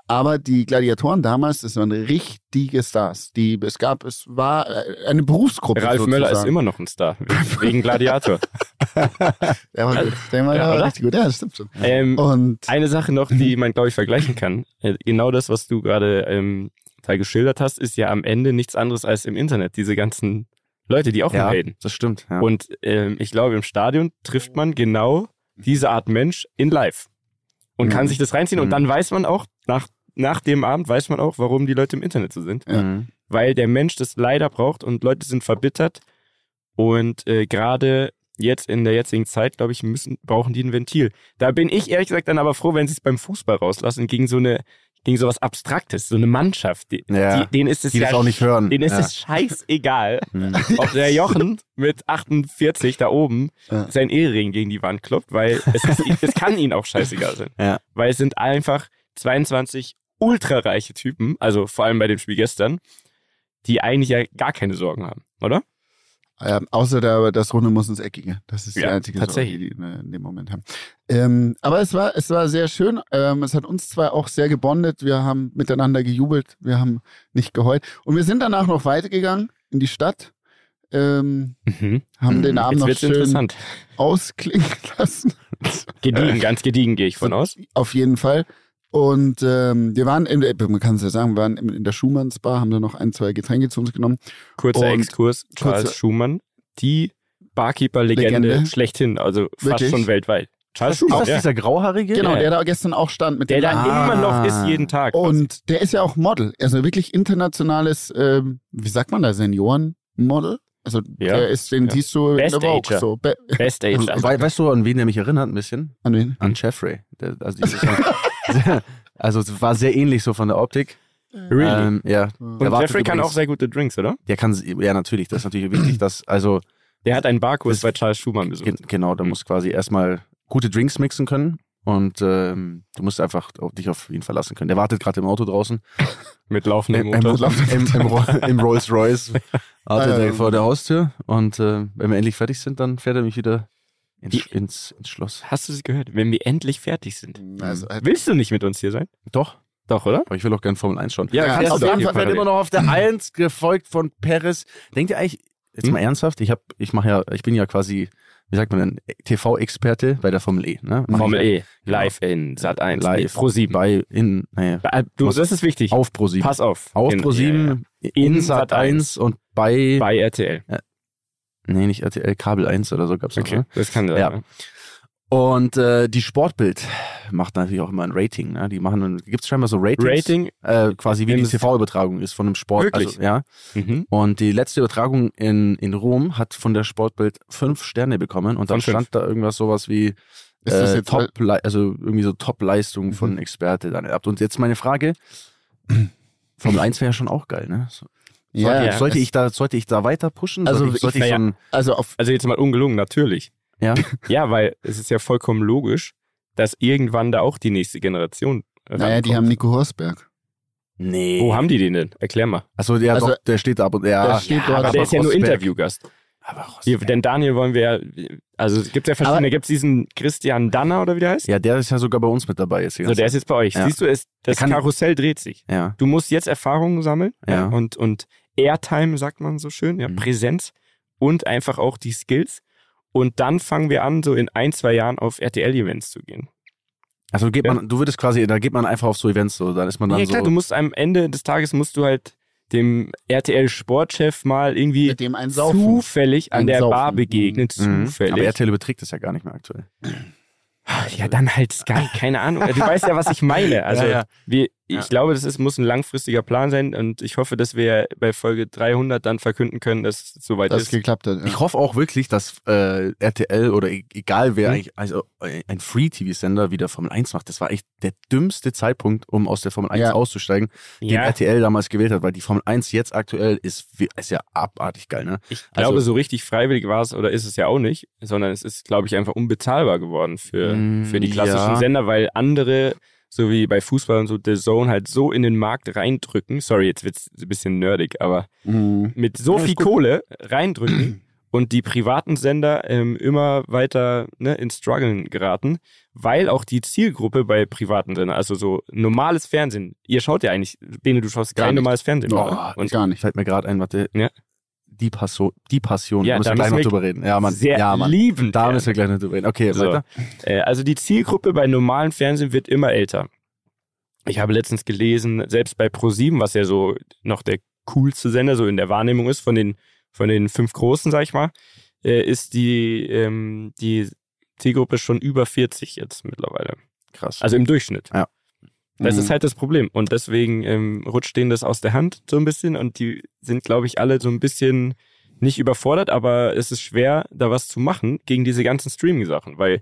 [SPEAKER 1] Aber die Gladiatoren damals, das waren richtige Stars. Die, es gab, es war äh, eine Berufsgruppe.
[SPEAKER 2] Ralf
[SPEAKER 1] sozusagen.
[SPEAKER 2] Möller ist immer noch
[SPEAKER 1] (laughs)
[SPEAKER 2] ein Star, wegen Gladiator.
[SPEAKER 1] Der war gut. Der war
[SPEAKER 2] Ja, oder?
[SPEAKER 1] richtig gut. Ja, das stimmt schon.
[SPEAKER 2] ähm,
[SPEAKER 1] Und
[SPEAKER 2] Eine Sache noch, die man, glaube ich, vergleichen kann. Äh, Genau das, was du gerade ähm, da geschildert hast, ist ja am Ende nichts anderes als im Internet. Diese ganzen Leute, die auch
[SPEAKER 3] Ja,
[SPEAKER 2] reden.
[SPEAKER 3] das stimmt. Ja.
[SPEAKER 2] Und ähm, ich glaube, im Stadion trifft man genau diese Art Mensch in live und
[SPEAKER 3] Mhm.
[SPEAKER 2] kann sich das reinziehen. Und
[SPEAKER 3] Mhm.
[SPEAKER 2] dann weiß man auch, nach, nach dem Abend weiß man auch, warum die Leute im Internet so sind.
[SPEAKER 1] Ja.
[SPEAKER 3] Mhm.
[SPEAKER 2] Weil der Mensch das leider braucht und Leute sind verbittert. Und äh, gerade jetzt in der jetzigen Zeit, glaube ich, müssen, brauchen die ein Ventil. Da bin ich ehrlich gesagt dann aber froh, wenn sie es beim Fußball rauslassen, gegen so eine, gegen sowas Abstraktes, so eine Mannschaft. Die,
[SPEAKER 3] Ja.
[SPEAKER 2] die, denen ist es
[SPEAKER 3] Die
[SPEAKER 2] ja
[SPEAKER 3] das auch nicht hören.
[SPEAKER 2] Denen ist
[SPEAKER 3] ja.
[SPEAKER 2] es scheißegal,
[SPEAKER 3] Mhm.
[SPEAKER 2] ob der Jochen mit 48 da oben
[SPEAKER 1] Ja.
[SPEAKER 2] seinen Ehering gegen die Wand kloppt, weil es, ist, es kann ihnen auch scheißegal sein.
[SPEAKER 3] Ja.
[SPEAKER 2] Weil es sind einfach 22 ultrareiche Typen, also vor allem bei dem Spiel gestern, die eigentlich ja gar keine Sorgen haben, oder?
[SPEAKER 1] Ähm, außer da, das Runde muss ins Eckige. Das ist die
[SPEAKER 2] Ja,
[SPEAKER 1] einzige
[SPEAKER 2] tatsächlich.
[SPEAKER 1] Sorge, die wir in dem Moment haben. Ähm, aber es war, es war sehr schön. Ähm, es hat uns zwar auch sehr gebondet. Wir haben miteinander gejubelt. Wir haben nicht geheult. Und wir sind danach noch weitergegangen in die Stadt. Ähm,
[SPEAKER 3] Mhm.
[SPEAKER 1] haben den Abend noch
[SPEAKER 2] Mhm. Jetzt wird's
[SPEAKER 1] schön
[SPEAKER 2] interessant.
[SPEAKER 1] ausklingen (laughs) lassen.
[SPEAKER 3] Äh.
[SPEAKER 2] Gediegen, ganz gediegen gehe ich von aus.
[SPEAKER 1] Auf jeden Fall. Und ähm, wir waren, in, der- man kann es ja sagen, wir waren in in der Schumanns Bar, haben da noch ein, zwei Getränke zu uns genommen.
[SPEAKER 2] Kurzer
[SPEAKER 1] Und-
[SPEAKER 2] Exkurs, Charles
[SPEAKER 1] Kurzer-
[SPEAKER 2] Schumann, die Barkeeper-Legende
[SPEAKER 1] Legende.
[SPEAKER 2] schlechthin, also fast
[SPEAKER 1] Wirklich?
[SPEAKER 2] schon weltweit. Charles
[SPEAKER 3] Ist
[SPEAKER 2] Schumann,
[SPEAKER 3] das
[SPEAKER 2] ja.
[SPEAKER 3] dieser grauhaarige?
[SPEAKER 1] Genau,
[SPEAKER 2] Ja.
[SPEAKER 1] der da gestern auch stand mit
[SPEAKER 2] der
[SPEAKER 1] dem
[SPEAKER 2] da
[SPEAKER 3] Ah.
[SPEAKER 2] immer noch ist, jeden Tag.
[SPEAKER 1] Und der ist ja auch Model, also wirklich internationales, ähm, wie sagt man da, Seniorenmodel? Also
[SPEAKER 2] Ja.
[SPEAKER 1] der ist, den
[SPEAKER 2] Ja.
[SPEAKER 1] siehst du
[SPEAKER 2] Best
[SPEAKER 1] in der Vogue.
[SPEAKER 2] Ager.
[SPEAKER 1] So. Be
[SPEAKER 2] Best Ager.
[SPEAKER 3] We weißt du, an wen der mich erinnert ein bisschen?
[SPEAKER 1] an wen?
[SPEAKER 3] An Jeffrey. Der, also, dieses, (laughs) also es war sehr ähnlich so von der Optik.
[SPEAKER 2] Really?
[SPEAKER 3] Ähm, ja.
[SPEAKER 1] Und
[SPEAKER 2] Und
[SPEAKER 3] wartet
[SPEAKER 2] Jeffrey kann
[SPEAKER 3] übrigens-
[SPEAKER 2] auch sehr gute Drinks, oder?
[SPEAKER 3] Der kann, ja natürlich, das ist natürlich wichtig, dass, also
[SPEAKER 2] Der hat einen Barkurs
[SPEAKER 3] Das-
[SPEAKER 2] bei Charles Schumann besucht.
[SPEAKER 3] Gen genau,
[SPEAKER 2] Mhm.
[SPEAKER 3] da muss quasi erstmal gute Drinks mixen können und ähm, du musst einfach auf, dich auf ihn verlassen können. Der wartet gerade im Auto draußen.
[SPEAKER 2] Mit laufendem
[SPEAKER 3] Im,
[SPEAKER 2] Motor.
[SPEAKER 3] im, im, Ro- im Rolls Royce wartet
[SPEAKER 1] Ähm.
[SPEAKER 3] er vor der Haustür und äh, wenn wir endlich fertig sind, dann fährt er mich wieder ins,
[SPEAKER 2] Die-
[SPEAKER 3] ins, ins Schloss.
[SPEAKER 2] Hast du es gehört? Wenn wir endlich fertig sind.
[SPEAKER 1] (laughs) Also, äh,
[SPEAKER 2] Willst du nicht mit uns hier sein?
[SPEAKER 3] Doch,
[SPEAKER 2] Doch, oder?
[SPEAKER 3] aber ich will auch gerne Formel 1 schauen.
[SPEAKER 1] Ja, also
[SPEAKER 3] Kannst
[SPEAKER 1] ja,
[SPEAKER 3] auf
[SPEAKER 1] doch.
[SPEAKER 3] jeden Fall
[SPEAKER 1] Parallel.
[SPEAKER 3] wird immer noch auf (laughs) der 1 gefolgt von Paris. Denkt ihr eigentlich, jetzt mal ernsthaft, ich hab, ich mache ja, ich bin ja quasi, wie sagt man denn, TV-Experte bei der Formel E, ne? Mach
[SPEAKER 2] Formel E.
[SPEAKER 3] ich
[SPEAKER 2] Live in Sat 1.
[SPEAKER 3] Live.
[SPEAKER 2] Nee, Pro 7.
[SPEAKER 3] Bei, in, naja,
[SPEAKER 2] Äh, Du, das ist wichtig.
[SPEAKER 3] auf Pro 7.
[SPEAKER 2] Pass auf.
[SPEAKER 3] Auf
[SPEAKER 2] In-
[SPEAKER 3] Pro
[SPEAKER 2] ja,
[SPEAKER 3] 7,
[SPEAKER 2] In
[SPEAKER 3] in Sat 1 und bei,
[SPEAKER 2] ja. Bei RTL.
[SPEAKER 3] nee, nicht RTL, Kabel 1 oder so gab's noch,
[SPEAKER 2] Okay.
[SPEAKER 3] ne?
[SPEAKER 2] Das kann sein.
[SPEAKER 3] Ja.
[SPEAKER 2] ne?
[SPEAKER 3] Und äh, die Sportbild macht natürlich auch immer ein Rating, ne? Die machen, dann- gibt's scheinbar so Ratings.
[SPEAKER 2] Rating.
[SPEAKER 3] Äh, quasi wie
[SPEAKER 2] Im
[SPEAKER 3] die
[SPEAKER 2] S-
[SPEAKER 3] TV-Übertragung ist von einem Sport.
[SPEAKER 2] Wirklich?
[SPEAKER 3] Also, ja.
[SPEAKER 2] Mhm.
[SPEAKER 3] Und die letzte Übertragung in, in Rom hat von der Sportbild fünf Sterne bekommen und dann
[SPEAKER 2] Von fünf.
[SPEAKER 3] stand da irgendwas sowas wie
[SPEAKER 1] ist das
[SPEAKER 3] äh,
[SPEAKER 1] jetzt halt-
[SPEAKER 3] Top, also irgendwie so Top-Leistung
[SPEAKER 1] Mhm.
[SPEAKER 3] von Experte dann erbt. Und jetzt
[SPEAKER 1] (clears throat)
[SPEAKER 3] meine Frage: Formel 1 wäre ja schon auch geil, ne? So, sollte,
[SPEAKER 1] ja,
[SPEAKER 2] ja,
[SPEAKER 3] sollte
[SPEAKER 1] es-
[SPEAKER 3] ich da sollte ich da weiter pushen?
[SPEAKER 1] Also
[SPEAKER 3] sollte ich,
[SPEAKER 1] ich
[SPEAKER 3] sollte ich
[SPEAKER 2] wär
[SPEAKER 3] so ein,
[SPEAKER 1] also auf
[SPEAKER 2] Also jetzt mal ungelungen, natürlich.
[SPEAKER 3] ja,
[SPEAKER 2] (laughs) Ja, weil es ist ja vollkommen logisch, dass irgendwann da auch die nächste Generation
[SPEAKER 1] naja, die
[SPEAKER 2] rankommt.
[SPEAKER 1] haben Nico Horsberg.
[SPEAKER 3] nee.
[SPEAKER 2] Wo haben die den denn? Erklär mal.
[SPEAKER 3] Achso, der,
[SPEAKER 1] Also-
[SPEAKER 3] doch, der steht da ab und ja,
[SPEAKER 1] Der steht dort.
[SPEAKER 2] Aber,
[SPEAKER 1] Aber
[SPEAKER 2] der ist ja nur
[SPEAKER 3] Rosberg-
[SPEAKER 2] Interviewgast.
[SPEAKER 3] Aber
[SPEAKER 2] Wir,
[SPEAKER 3] Rosberg.
[SPEAKER 2] denn Daniel wollen wir ja, also es gibt ja verschiedene, gibt es diesen Christian Danner oder wie der heißt?
[SPEAKER 3] ja, der ist ja sogar bei uns mit dabei
[SPEAKER 1] Also
[SPEAKER 3] jetzt. die
[SPEAKER 2] so,
[SPEAKER 3] ganze
[SPEAKER 2] der ist jetzt bei euch.
[SPEAKER 3] Ja.
[SPEAKER 2] Siehst du, es, das
[SPEAKER 3] kann-
[SPEAKER 2] Karussell dreht sich.
[SPEAKER 3] Zeit. ja.
[SPEAKER 2] Du musst jetzt Erfahrungen sammeln
[SPEAKER 3] Ja.
[SPEAKER 2] und, und Airtime, sagt man so schön, ja,
[SPEAKER 3] Mhm.
[SPEAKER 2] Präsenz und einfach auch die Skills. Und dann fangen wir an, so in ein, zwei Jahren auf RTL-Events zu gehen.
[SPEAKER 3] Also geht
[SPEAKER 2] Ja.
[SPEAKER 3] man, du würdest quasi, da geht man einfach auf so Events so, dann ist man dann
[SPEAKER 2] Ja
[SPEAKER 3] so.
[SPEAKER 2] klar, du musst am Ende des Tages musst du halt dem RTL-Sportchef mal irgendwie
[SPEAKER 1] Mit dem einen Saufen.
[SPEAKER 2] zufällig an der
[SPEAKER 1] Einsaufen.
[SPEAKER 2] Bar begegnet.
[SPEAKER 3] Mhm.
[SPEAKER 2] Zufällig.
[SPEAKER 3] Aber RTL überträgt das ja gar nicht mehr aktuell.
[SPEAKER 2] Ja, dann halt Sky, keine Ahnung. Du weißt ja, was ich meine. Also
[SPEAKER 3] (laughs) Ja, ja.
[SPEAKER 2] Wir, ich glaube, das ist, muss ein langfristiger Plan sein und ich hoffe, dass wir bei Folge 300 dann verkünden können, dass es soweit
[SPEAKER 1] dass es
[SPEAKER 2] ist.
[SPEAKER 1] geklappt hat.
[SPEAKER 3] Ich
[SPEAKER 1] Ja.
[SPEAKER 3] hoffe auch wirklich, dass äh, RTL oder e- egal wer
[SPEAKER 2] Mhm.
[SPEAKER 3] eigentlich, also äh, ein Free-TV-Sender wieder Formel 1 macht. Das war echt der dümmste Zeitpunkt, um aus der Formel 1
[SPEAKER 1] Ja.
[SPEAKER 3] auszusteigen, den
[SPEAKER 2] Ja,
[SPEAKER 3] RTL damals gewählt hat, weil die Formel 1 jetzt aktuell ist, wie- ist ja abartig geil, ne?
[SPEAKER 2] ich glaube,
[SPEAKER 3] also-
[SPEAKER 2] so richtig freiwillig war es oder ist es ja auch nicht, sondern es ist, glaube ich, einfach unbezahlbar geworden für,
[SPEAKER 3] Mm,
[SPEAKER 2] für die klassischen
[SPEAKER 3] ja.
[SPEAKER 2] Sender, weil andere, so wie bei Fußball und so, The Zone halt so in den Markt reindrücken. Sorry, jetzt wird's ein bisschen nerdig, aber
[SPEAKER 1] Mhm.
[SPEAKER 2] mit so
[SPEAKER 3] Ja, ist
[SPEAKER 2] viel
[SPEAKER 3] gut.
[SPEAKER 2] Kohle reindrücken und die privaten Sender ähm, immer weiter ne, ins Struggeln geraten, weil auch die Zielgruppe bei privaten Sendern, also so normales Fernsehen, ihr schaut ja eigentlich, Bene, du schaust
[SPEAKER 1] Gar
[SPEAKER 2] kein
[SPEAKER 1] nicht.
[SPEAKER 2] normales Fernsehen.
[SPEAKER 3] Oh,
[SPEAKER 2] oder? und
[SPEAKER 1] Gar nicht.
[SPEAKER 3] Fällt mir gerade ein, warte.
[SPEAKER 2] Ja.
[SPEAKER 3] Die, Passion, die Passion,
[SPEAKER 2] Ja,
[SPEAKER 3] da müssen
[SPEAKER 2] da
[SPEAKER 3] wir gleich
[SPEAKER 2] müssen
[SPEAKER 3] noch
[SPEAKER 2] wir
[SPEAKER 3] drüber reden. Ja, Mann.
[SPEAKER 2] sehr
[SPEAKER 3] ja, Mann.
[SPEAKER 2] liebend.
[SPEAKER 3] Da
[SPEAKER 2] werden.
[SPEAKER 3] müssen wir gleich noch drüber reden. Okay,
[SPEAKER 2] So.
[SPEAKER 3] weiter.
[SPEAKER 2] Äh, Also die Zielgruppe bei normalen Fernsehen wird immer älter. Ich habe letztens gelesen, selbst bei Pro7, was ja so noch der coolste Sender so in der Wahrnehmung ist von den von den fünf großen, sag ich mal, äh, ist die ähm, die Zielgruppe schon über 40 jetzt mittlerweile.
[SPEAKER 3] Krass.
[SPEAKER 2] Also im Durchschnitt. Das
[SPEAKER 1] Mhm.
[SPEAKER 2] ist halt das Problem. Und deswegen ähm, rutscht denen das aus der Hand so ein bisschen. Und die sind, glaube ich, alle so ein bisschen nicht überfordert, aber es ist schwer, da was zu machen gegen diese ganzen Streaming-Sachen, weil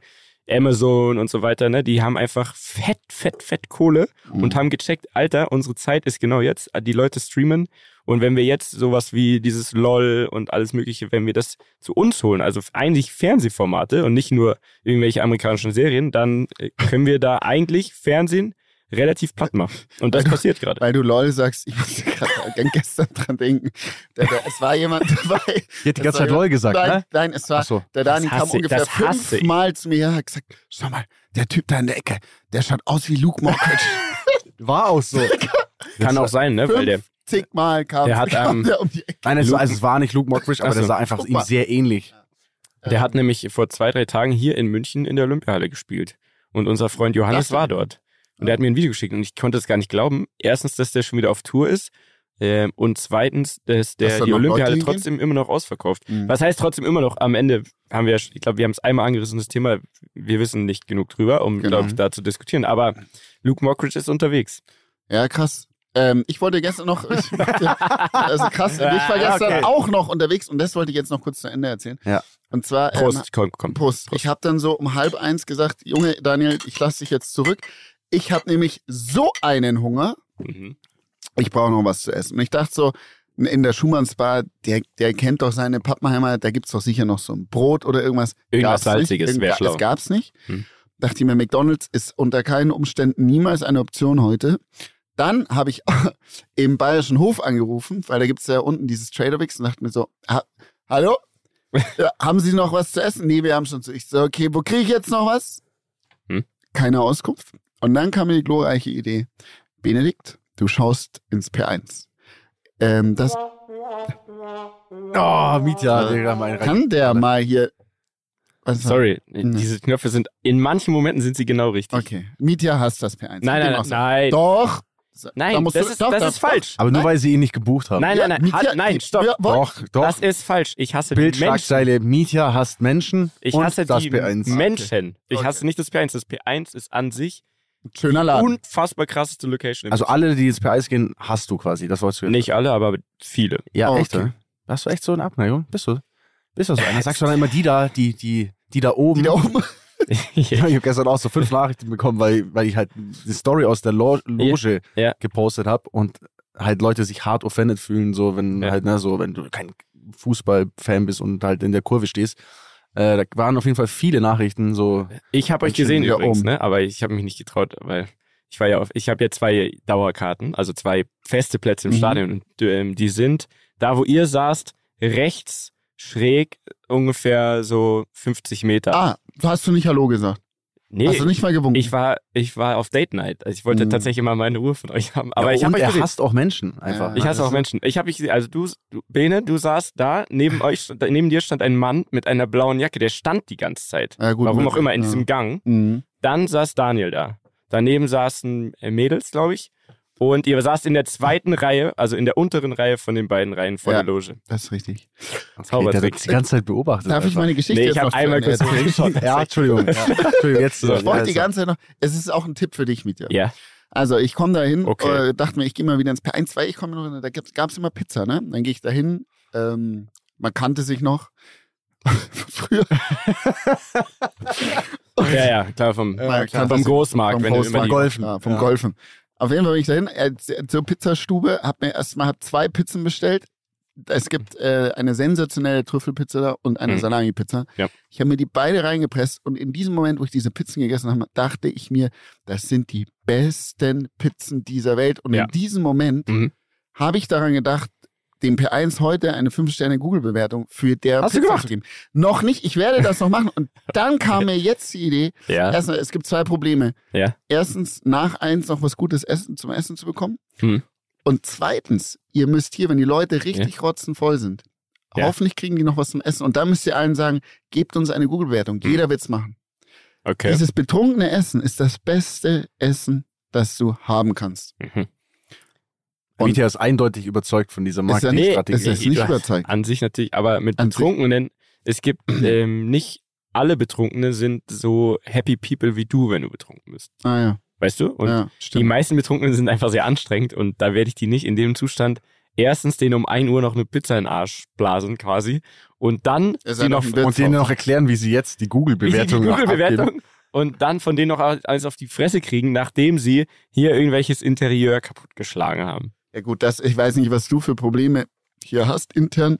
[SPEAKER 2] Amazon und so weiter, ne, die haben einfach fett, fett, fett Kohle
[SPEAKER 1] Mhm.
[SPEAKER 2] halt- und haben gecheckt, Alter, unsere Zeit ist genau jetzt. Die Leute streamen. Und wenn wir jetzt sowas wie dieses LOL und alles Mögliche, wenn wir das zu uns holen, also eigentlich Fernsehformate und nicht nur irgendwelche amerikanischen Serien, dann äh, können wir da eigentlich Fernsehen relativ platt machen. Und das passiert gerade.
[SPEAKER 1] Weil du LOL sagst, ich (laughs) musste gerade gestern dran denken. Da, da, es war jemand (laughs) dabei.
[SPEAKER 3] Die hat die
[SPEAKER 1] es
[SPEAKER 3] ganze
[SPEAKER 1] war
[SPEAKER 3] Zeit LOL gesagt,
[SPEAKER 1] nein,
[SPEAKER 3] ne?
[SPEAKER 1] nein, es war,
[SPEAKER 3] Achso.
[SPEAKER 1] der Dani
[SPEAKER 2] Das
[SPEAKER 1] kam
[SPEAKER 2] hasse ich,
[SPEAKER 1] ungefähr
[SPEAKER 2] das hasse ich.
[SPEAKER 1] fünfmal zu mir her, hat gesagt, schau mal, der Typ da in der Ecke, der schaut aus wie Luke Mockridge.
[SPEAKER 2] (laughs)
[SPEAKER 3] War auch so.
[SPEAKER 2] Kann auch sein, ne? Weil der,
[SPEAKER 1] Zigmal kam,
[SPEAKER 2] Der hat,
[SPEAKER 1] kam
[SPEAKER 2] ähm,
[SPEAKER 1] (laughs) der um die Ecke.
[SPEAKER 3] Nein, es,
[SPEAKER 2] Luke-
[SPEAKER 3] also es war nicht Luke Mockridge, aber
[SPEAKER 2] Achso.
[SPEAKER 3] der sah einfach
[SPEAKER 1] Guck
[SPEAKER 3] ihm
[SPEAKER 1] mal.
[SPEAKER 3] sehr ähnlich.
[SPEAKER 1] Ähm.
[SPEAKER 2] der hat nämlich vor zwei, drei Tagen hier in München in der Olympiahalle gespielt. Und unser Freund Johannes
[SPEAKER 1] Ach, Ah.
[SPEAKER 2] war dort. Und der hat mir ein Video geschickt und ich konnte es gar nicht glauben. Erstens, dass der schon wieder auf Tour ist. Ähm, und zweitens, dass der
[SPEAKER 1] Dass da
[SPEAKER 2] die
[SPEAKER 1] noch Leute
[SPEAKER 2] Olympiahalle
[SPEAKER 1] hingehen?
[SPEAKER 2] trotzdem immer noch ausverkauft.
[SPEAKER 1] Mhm.
[SPEAKER 2] Was heißt trotzdem immer noch? Am Ende haben wir, ich glaube, wir haben es einmal angerissen, das Thema. Wir wissen nicht genug drüber, um,
[SPEAKER 1] Genau.
[SPEAKER 2] glaube ich, da zu diskutieren. Aber Luke Mockridge ist unterwegs.
[SPEAKER 1] Ja, krass. Ähm, ich wollte gestern noch,
[SPEAKER 2] (laughs)
[SPEAKER 1] ich wollte, also krass, ich war
[SPEAKER 2] Ja,
[SPEAKER 1] gestern
[SPEAKER 2] okay.
[SPEAKER 1] auch noch unterwegs und das wollte ich jetzt noch kurz zu Ende erzählen.
[SPEAKER 3] Ja.
[SPEAKER 1] Und zwar, ähm,
[SPEAKER 2] Prost, komm, komm.
[SPEAKER 1] Prost. Ich habe dann so um halb eins gesagt, Junge Daniel, ich lasse dich jetzt zurück. Ich habe nämlich so einen Hunger,
[SPEAKER 2] Mhm.
[SPEAKER 1] ich brauche noch was zu essen. Und ich dachte so, in der Schumanns Bar, der, der kennt doch seine Pappenheimer, da gibt's doch sicher noch so ein Brot oder irgendwas.
[SPEAKER 2] Irgendwas
[SPEAKER 1] Gab's nicht.
[SPEAKER 2] Salziges
[SPEAKER 1] Irgend-
[SPEAKER 2] wär schlau.
[SPEAKER 1] Das gab's nicht.
[SPEAKER 2] Hm.
[SPEAKER 1] Dachte ich mir, McDonalds ist unter keinen Umständen niemals eine Option heute. Dann habe ich (laughs) im Bayerischen Hof angerufen, weil da gibt's ja unten dieses Traderwix und dachte mir so, ha hallo?
[SPEAKER 2] (laughs)
[SPEAKER 1] Ja, haben Sie noch was zu essen? Nee, wir haben schon zu. Ich so, okay, wo kriege ich jetzt noch was?
[SPEAKER 2] Hm.
[SPEAKER 1] Keine Auskunft. Und dann kam mir die glorreiche Idee. Benedikt, du schaust ins P1. Ähm, das
[SPEAKER 3] Oh, Mietja, Digga, mein
[SPEAKER 1] kann der mal hier. Was war-
[SPEAKER 2] Sorry, diese Knöpfe sind, in manchen Momenten sind sie genau richtig.
[SPEAKER 1] Okay. Mietja hasst das P1.
[SPEAKER 2] Nein,
[SPEAKER 1] Mit dem
[SPEAKER 2] nein,
[SPEAKER 1] Ausdruck.
[SPEAKER 2] nein.
[SPEAKER 1] Doch. Da
[SPEAKER 2] Nein,
[SPEAKER 1] musst
[SPEAKER 2] das
[SPEAKER 1] du-
[SPEAKER 2] ist,
[SPEAKER 1] doch,
[SPEAKER 2] das
[SPEAKER 1] da-
[SPEAKER 2] ist falsch.
[SPEAKER 3] Aber nur weil sie ihn nicht gebucht haben.
[SPEAKER 2] Nein,
[SPEAKER 1] Ja,
[SPEAKER 2] nein, nein,
[SPEAKER 1] Mietja,
[SPEAKER 2] hat, nein,
[SPEAKER 1] die-
[SPEAKER 2] stopp.
[SPEAKER 1] Ja, wo-
[SPEAKER 3] Doch, doch.
[SPEAKER 2] Das ist falsch. Ich hasse die Menschen.
[SPEAKER 3] Bildschlagzeile Mietja hasst Menschen
[SPEAKER 2] Ich
[SPEAKER 3] und
[SPEAKER 2] hasse
[SPEAKER 3] das
[SPEAKER 2] die
[SPEAKER 3] B1.
[SPEAKER 2] Menschen. Ich
[SPEAKER 1] Okay.
[SPEAKER 2] hasse nicht das P1. Das P1 ist an sich
[SPEAKER 1] Schöner Laden.
[SPEAKER 2] unfassbar krasseste Location. im
[SPEAKER 3] Also alle, die ins P1 gehen, hast du quasi. Das wolltest du jetzt.
[SPEAKER 2] Nicht alle, aber viele.
[SPEAKER 1] (laughs)
[SPEAKER 3] Ja,
[SPEAKER 1] Oh,
[SPEAKER 3] echt.
[SPEAKER 1] okay.
[SPEAKER 3] ne? Hast du echt so eine Abneigung? Bist du? Bist du so einer? Sagst du dann immer die da, die, die, die da
[SPEAKER 1] (laughs)
[SPEAKER 3] oben.
[SPEAKER 1] Die da
[SPEAKER 2] um.
[SPEAKER 1] oben.
[SPEAKER 3] Ja, ich habe gestern auch so fünf Nachrichten bekommen, weil, weil ich halt die Story aus der Lo Loge
[SPEAKER 2] Ja.
[SPEAKER 3] gepostet habe und halt Leute sich hart offended fühlen, so wenn
[SPEAKER 2] Ja.
[SPEAKER 3] halt, ne, so wenn du kein Fußballfan bist und halt in der Kurve stehst. Äh, da waren auf jeden Fall viele Nachrichten, so
[SPEAKER 2] Ich habe euch
[SPEAKER 1] Und schon
[SPEAKER 2] gesehen
[SPEAKER 1] wieder
[SPEAKER 2] übrigens,
[SPEAKER 1] um.
[SPEAKER 2] ne? aber ich habe mich nicht getraut, weil ich war ja auf, ich habe ja zwei Dauerkarten, also zwei feste Plätze im
[SPEAKER 1] Mhm.
[SPEAKER 2] Stadion und ähm, die sind da, wo ihr saßt, rechts schräg ungefähr so 50 Meter.
[SPEAKER 1] Ah, hast du nicht Hallo gesagt?
[SPEAKER 2] nee,
[SPEAKER 1] Hast du nicht mal gewunken?
[SPEAKER 2] ich war ich war auf Date Night. Also ich wollte
[SPEAKER 1] Mhm.
[SPEAKER 2] tatsächlich mal meine Ruhe von euch haben, aber
[SPEAKER 3] ja,
[SPEAKER 2] ich
[SPEAKER 3] und
[SPEAKER 2] habe euch
[SPEAKER 3] er
[SPEAKER 2] gesehen.
[SPEAKER 3] hasst auch Menschen einfach.
[SPEAKER 1] Ja.
[SPEAKER 3] ne?
[SPEAKER 2] Ich hasse
[SPEAKER 3] Das
[SPEAKER 2] auch
[SPEAKER 3] ist-
[SPEAKER 2] Menschen. Ich habe mich, also du, du, Bene, du saßt da, neben euch, stand- neben dir stand ein Mann mit einer blauen Jacke, der stand die ganze Zeit.
[SPEAKER 1] Ja, gut,
[SPEAKER 2] Warum auch
[SPEAKER 1] möglich,
[SPEAKER 2] immer, in
[SPEAKER 1] ja.
[SPEAKER 2] diesem Gang.
[SPEAKER 1] Mhm.
[SPEAKER 2] Dann saß Daniel da. Daneben saßen äh, Mädels, glaube ich. Und ihr saßt in der zweiten Reihe, also in der unteren Reihe von den beiden Reihen vor
[SPEAKER 1] Ja.
[SPEAKER 2] der Loge.
[SPEAKER 1] Das ist richtig.
[SPEAKER 3] Okay, der
[SPEAKER 2] Zaubertrick.
[SPEAKER 3] wird die ganze Zeit beobachtet.
[SPEAKER 1] Darf ich
[SPEAKER 3] einfach.
[SPEAKER 1] meine Geschichte
[SPEAKER 2] Nee, ich
[SPEAKER 1] jetzt
[SPEAKER 2] hab
[SPEAKER 1] noch zu
[SPEAKER 2] einmal
[SPEAKER 1] Ende
[SPEAKER 2] kurz
[SPEAKER 1] erzählen? (laughs)
[SPEAKER 3] (laughs)
[SPEAKER 2] gesehen.
[SPEAKER 3] Ja, Entschuldigung. Ja, Entschuldigung, jetzt.
[SPEAKER 1] Ich wollte
[SPEAKER 3] ja,
[SPEAKER 1] die ganze Zeit noch. Es ist auch ein Tipp für dich, Mietja.
[SPEAKER 2] Ja.
[SPEAKER 1] Also ich komme da hin,
[SPEAKER 2] Okay.
[SPEAKER 1] äh, dachte mir, ich gehe mal wieder ins P1, weil ich komme noch, hin, da gab es immer Pizza, ne? Dann gehe ich da hin, ähm, man kannte sich noch. (laughs) Früher,
[SPEAKER 2] Ja, ja, klar, vom,
[SPEAKER 1] man kannte
[SPEAKER 2] vom
[SPEAKER 1] sich-
[SPEAKER 2] Großmarkt.
[SPEAKER 1] vom
[SPEAKER 2] wenn du immer
[SPEAKER 1] Großmarkt,
[SPEAKER 2] die,
[SPEAKER 3] Golfen.
[SPEAKER 1] Ja, vom
[SPEAKER 3] Ja.
[SPEAKER 1] Golfen. Auf jeden Fall bin ich dahin äh, zur Pizzastube, hab mir erstmal hab zwei Pizzen bestellt. Es gibt äh, eine sensationelle Trüffelpizza da und eine
[SPEAKER 2] Mhm.
[SPEAKER 1] Salami-Pizza.
[SPEAKER 2] Ja.
[SPEAKER 1] Ich habe mir die beide reingepresst und in diesem Moment, wo ich diese Pizzen gegessen habe, dachte ich mir, das sind die besten Pizzen dieser Welt. Und
[SPEAKER 2] Ja.
[SPEAKER 1] in diesem Moment
[SPEAKER 2] Mhm.
[SPEAKER 1] habe ich daran gedacht, dem P1 heute eine 5-Sterne-Google-Bewertung für der
[SPEAKER 2] Hast du
[SPEAKER 1] Pizza
[SPEAKER 2] gemacht?
[SPEAKER 1] zu geben. Noch nicht, ich werde das noch machen. Und dann
[SPEAKER 2] (laughs)
[SPEAKER 1] kam mir jetzt die Idee,
[SPEAKER 2] ja,
[SPEAKER 1] Erstmal, es gibt zwei Probleme.
[SPEAKER 2] Ja.
[SPEAKER 1] Erstens, nach eins noch was Gutes Essen zum Essen zu bekommen.
[SPEAKER 2] Hm.
[SPEAKER 1] Und zweitens, ihr müsst hier, wenn die Leute richtig rotzenvoll sind,
[SPEAKER 2] Ja.
[SPEAKER 1] hoffentlich kriegen die noch was zum Essen. Und dann müsst ihr allen sagen, gebt uns eine Google-Wertung. Jeder wird's machen.
[SPEAKER 2] Hm. okay.
[SPEAKER 1] Dieses betrunkene Essen ist das beste Essen, das du haben kannst.
[SPEAKER 2] Mhm.
[SPEAKER 1] Und-
[SPEAKER 3] Vita ist eindeutig überzeugt von dieser
[SPEAKER 1] Ist er
[SPEAKER 2] nicht-
[SPEAKER 3] Marketingstrategie.
[SPEAKER 1] Ist das nicht
[SPEAKER 2] Ja.
[SPEAKER 1] überzeugt?
[SPEAKER 2] An sich natürlich, aber mit
[SPEAKER 1] An sich-
[SPEAKER 2] Betrunkenen,
[SPEAKER 1] (clears throat)
[SPEAKER 2] es gibt ähm, nicht alle Betrunkene sind so happy people wie du, wenn du betrunken bist.
[SPEAKER 1] Ah ja,
[SPEAKER 2] Weißt du? Und
[SPEAKER 1] ja
[SPEAKER 2] die
[SPEAKER 1] stimmt.
[SPEAKER 2] meisten Betrunkenen sind einfach sehr anstrengend und da werde ich die nicht in dem Zustand erstens den um 1 Uhr noch eine Pizza in den Arsch blasen quasi und dann
[SPEAKER 1] Ihr
[SPEAKER 2] die
[SPEAKER 1] seid
[SPEAKER 2] noch
[SPEAKER 1] auf dem
[SPEAKER 3] Und denen noch erklären, wie sie jetzt
[SPEAKER 2] (laughs) wie sie
[SPEAKER 3] die
[SPEAKER 2] die
[SPEAKER 3] Google-Bewertung abgeben.
[SPEAKER 2] Google-Bewertung und dann von denen noch alles auf die Fresse kriegen, nachdem sie hier irgendwelches Interieur kaputtgeschlagen haben.
[SPEAKER 1] Ja gut, das, ich weiß nicht, was du für Probleme hier hast intern.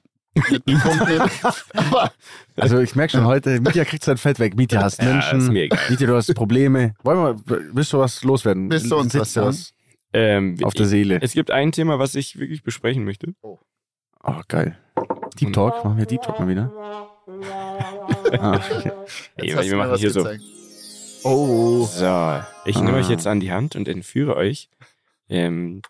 [SPEAKER 1] Mit
[SPEAKER 2] (laughs)
[SPEAKER 1] Betrunkenen. Aber
[SPEAKER 3] Also ich merke schon heute, Mitya kriegt sein Feld weg. Mitya hasst
[SPEAKER 2] Ja, ist
[SPEAKER 3] Menschen.
[SPEAKER 2] mir egal.
[SPEAKER 3] Mitya, du hast Probleme. Wollen wir, willst du was loswerden?
[SPEAKER 1] Willst du uns
[SPEAKER 3] Sitzt
[SPEAKER 1] was
[SPEAKER 2] Ähm,
[SPEAKER 3] auf der Seele?
[SPEAKER 2] es gibt ein Thema, was ich wirklich besprechen möchte.
[SPEAKER 3] Oh, geil. Deep Talk, machen wir Deep Talk mal wieder. ah, okay.
[SPEAKER 2] Ey,
[SPEAKER 1] jetzt hast du
[SPEAKER 2] wir
[SPEAKER 1] mir
[SPEAKER 2] machen
[SPEAKER 1] was
[SPEAKER 2] hier so.
[SPEAKER 1] gezeigt.
[SPEAKER 3] Oh.
[SPEAKER 2] So, ich nehme euch jetzt an die Hand und entführe euch ähm,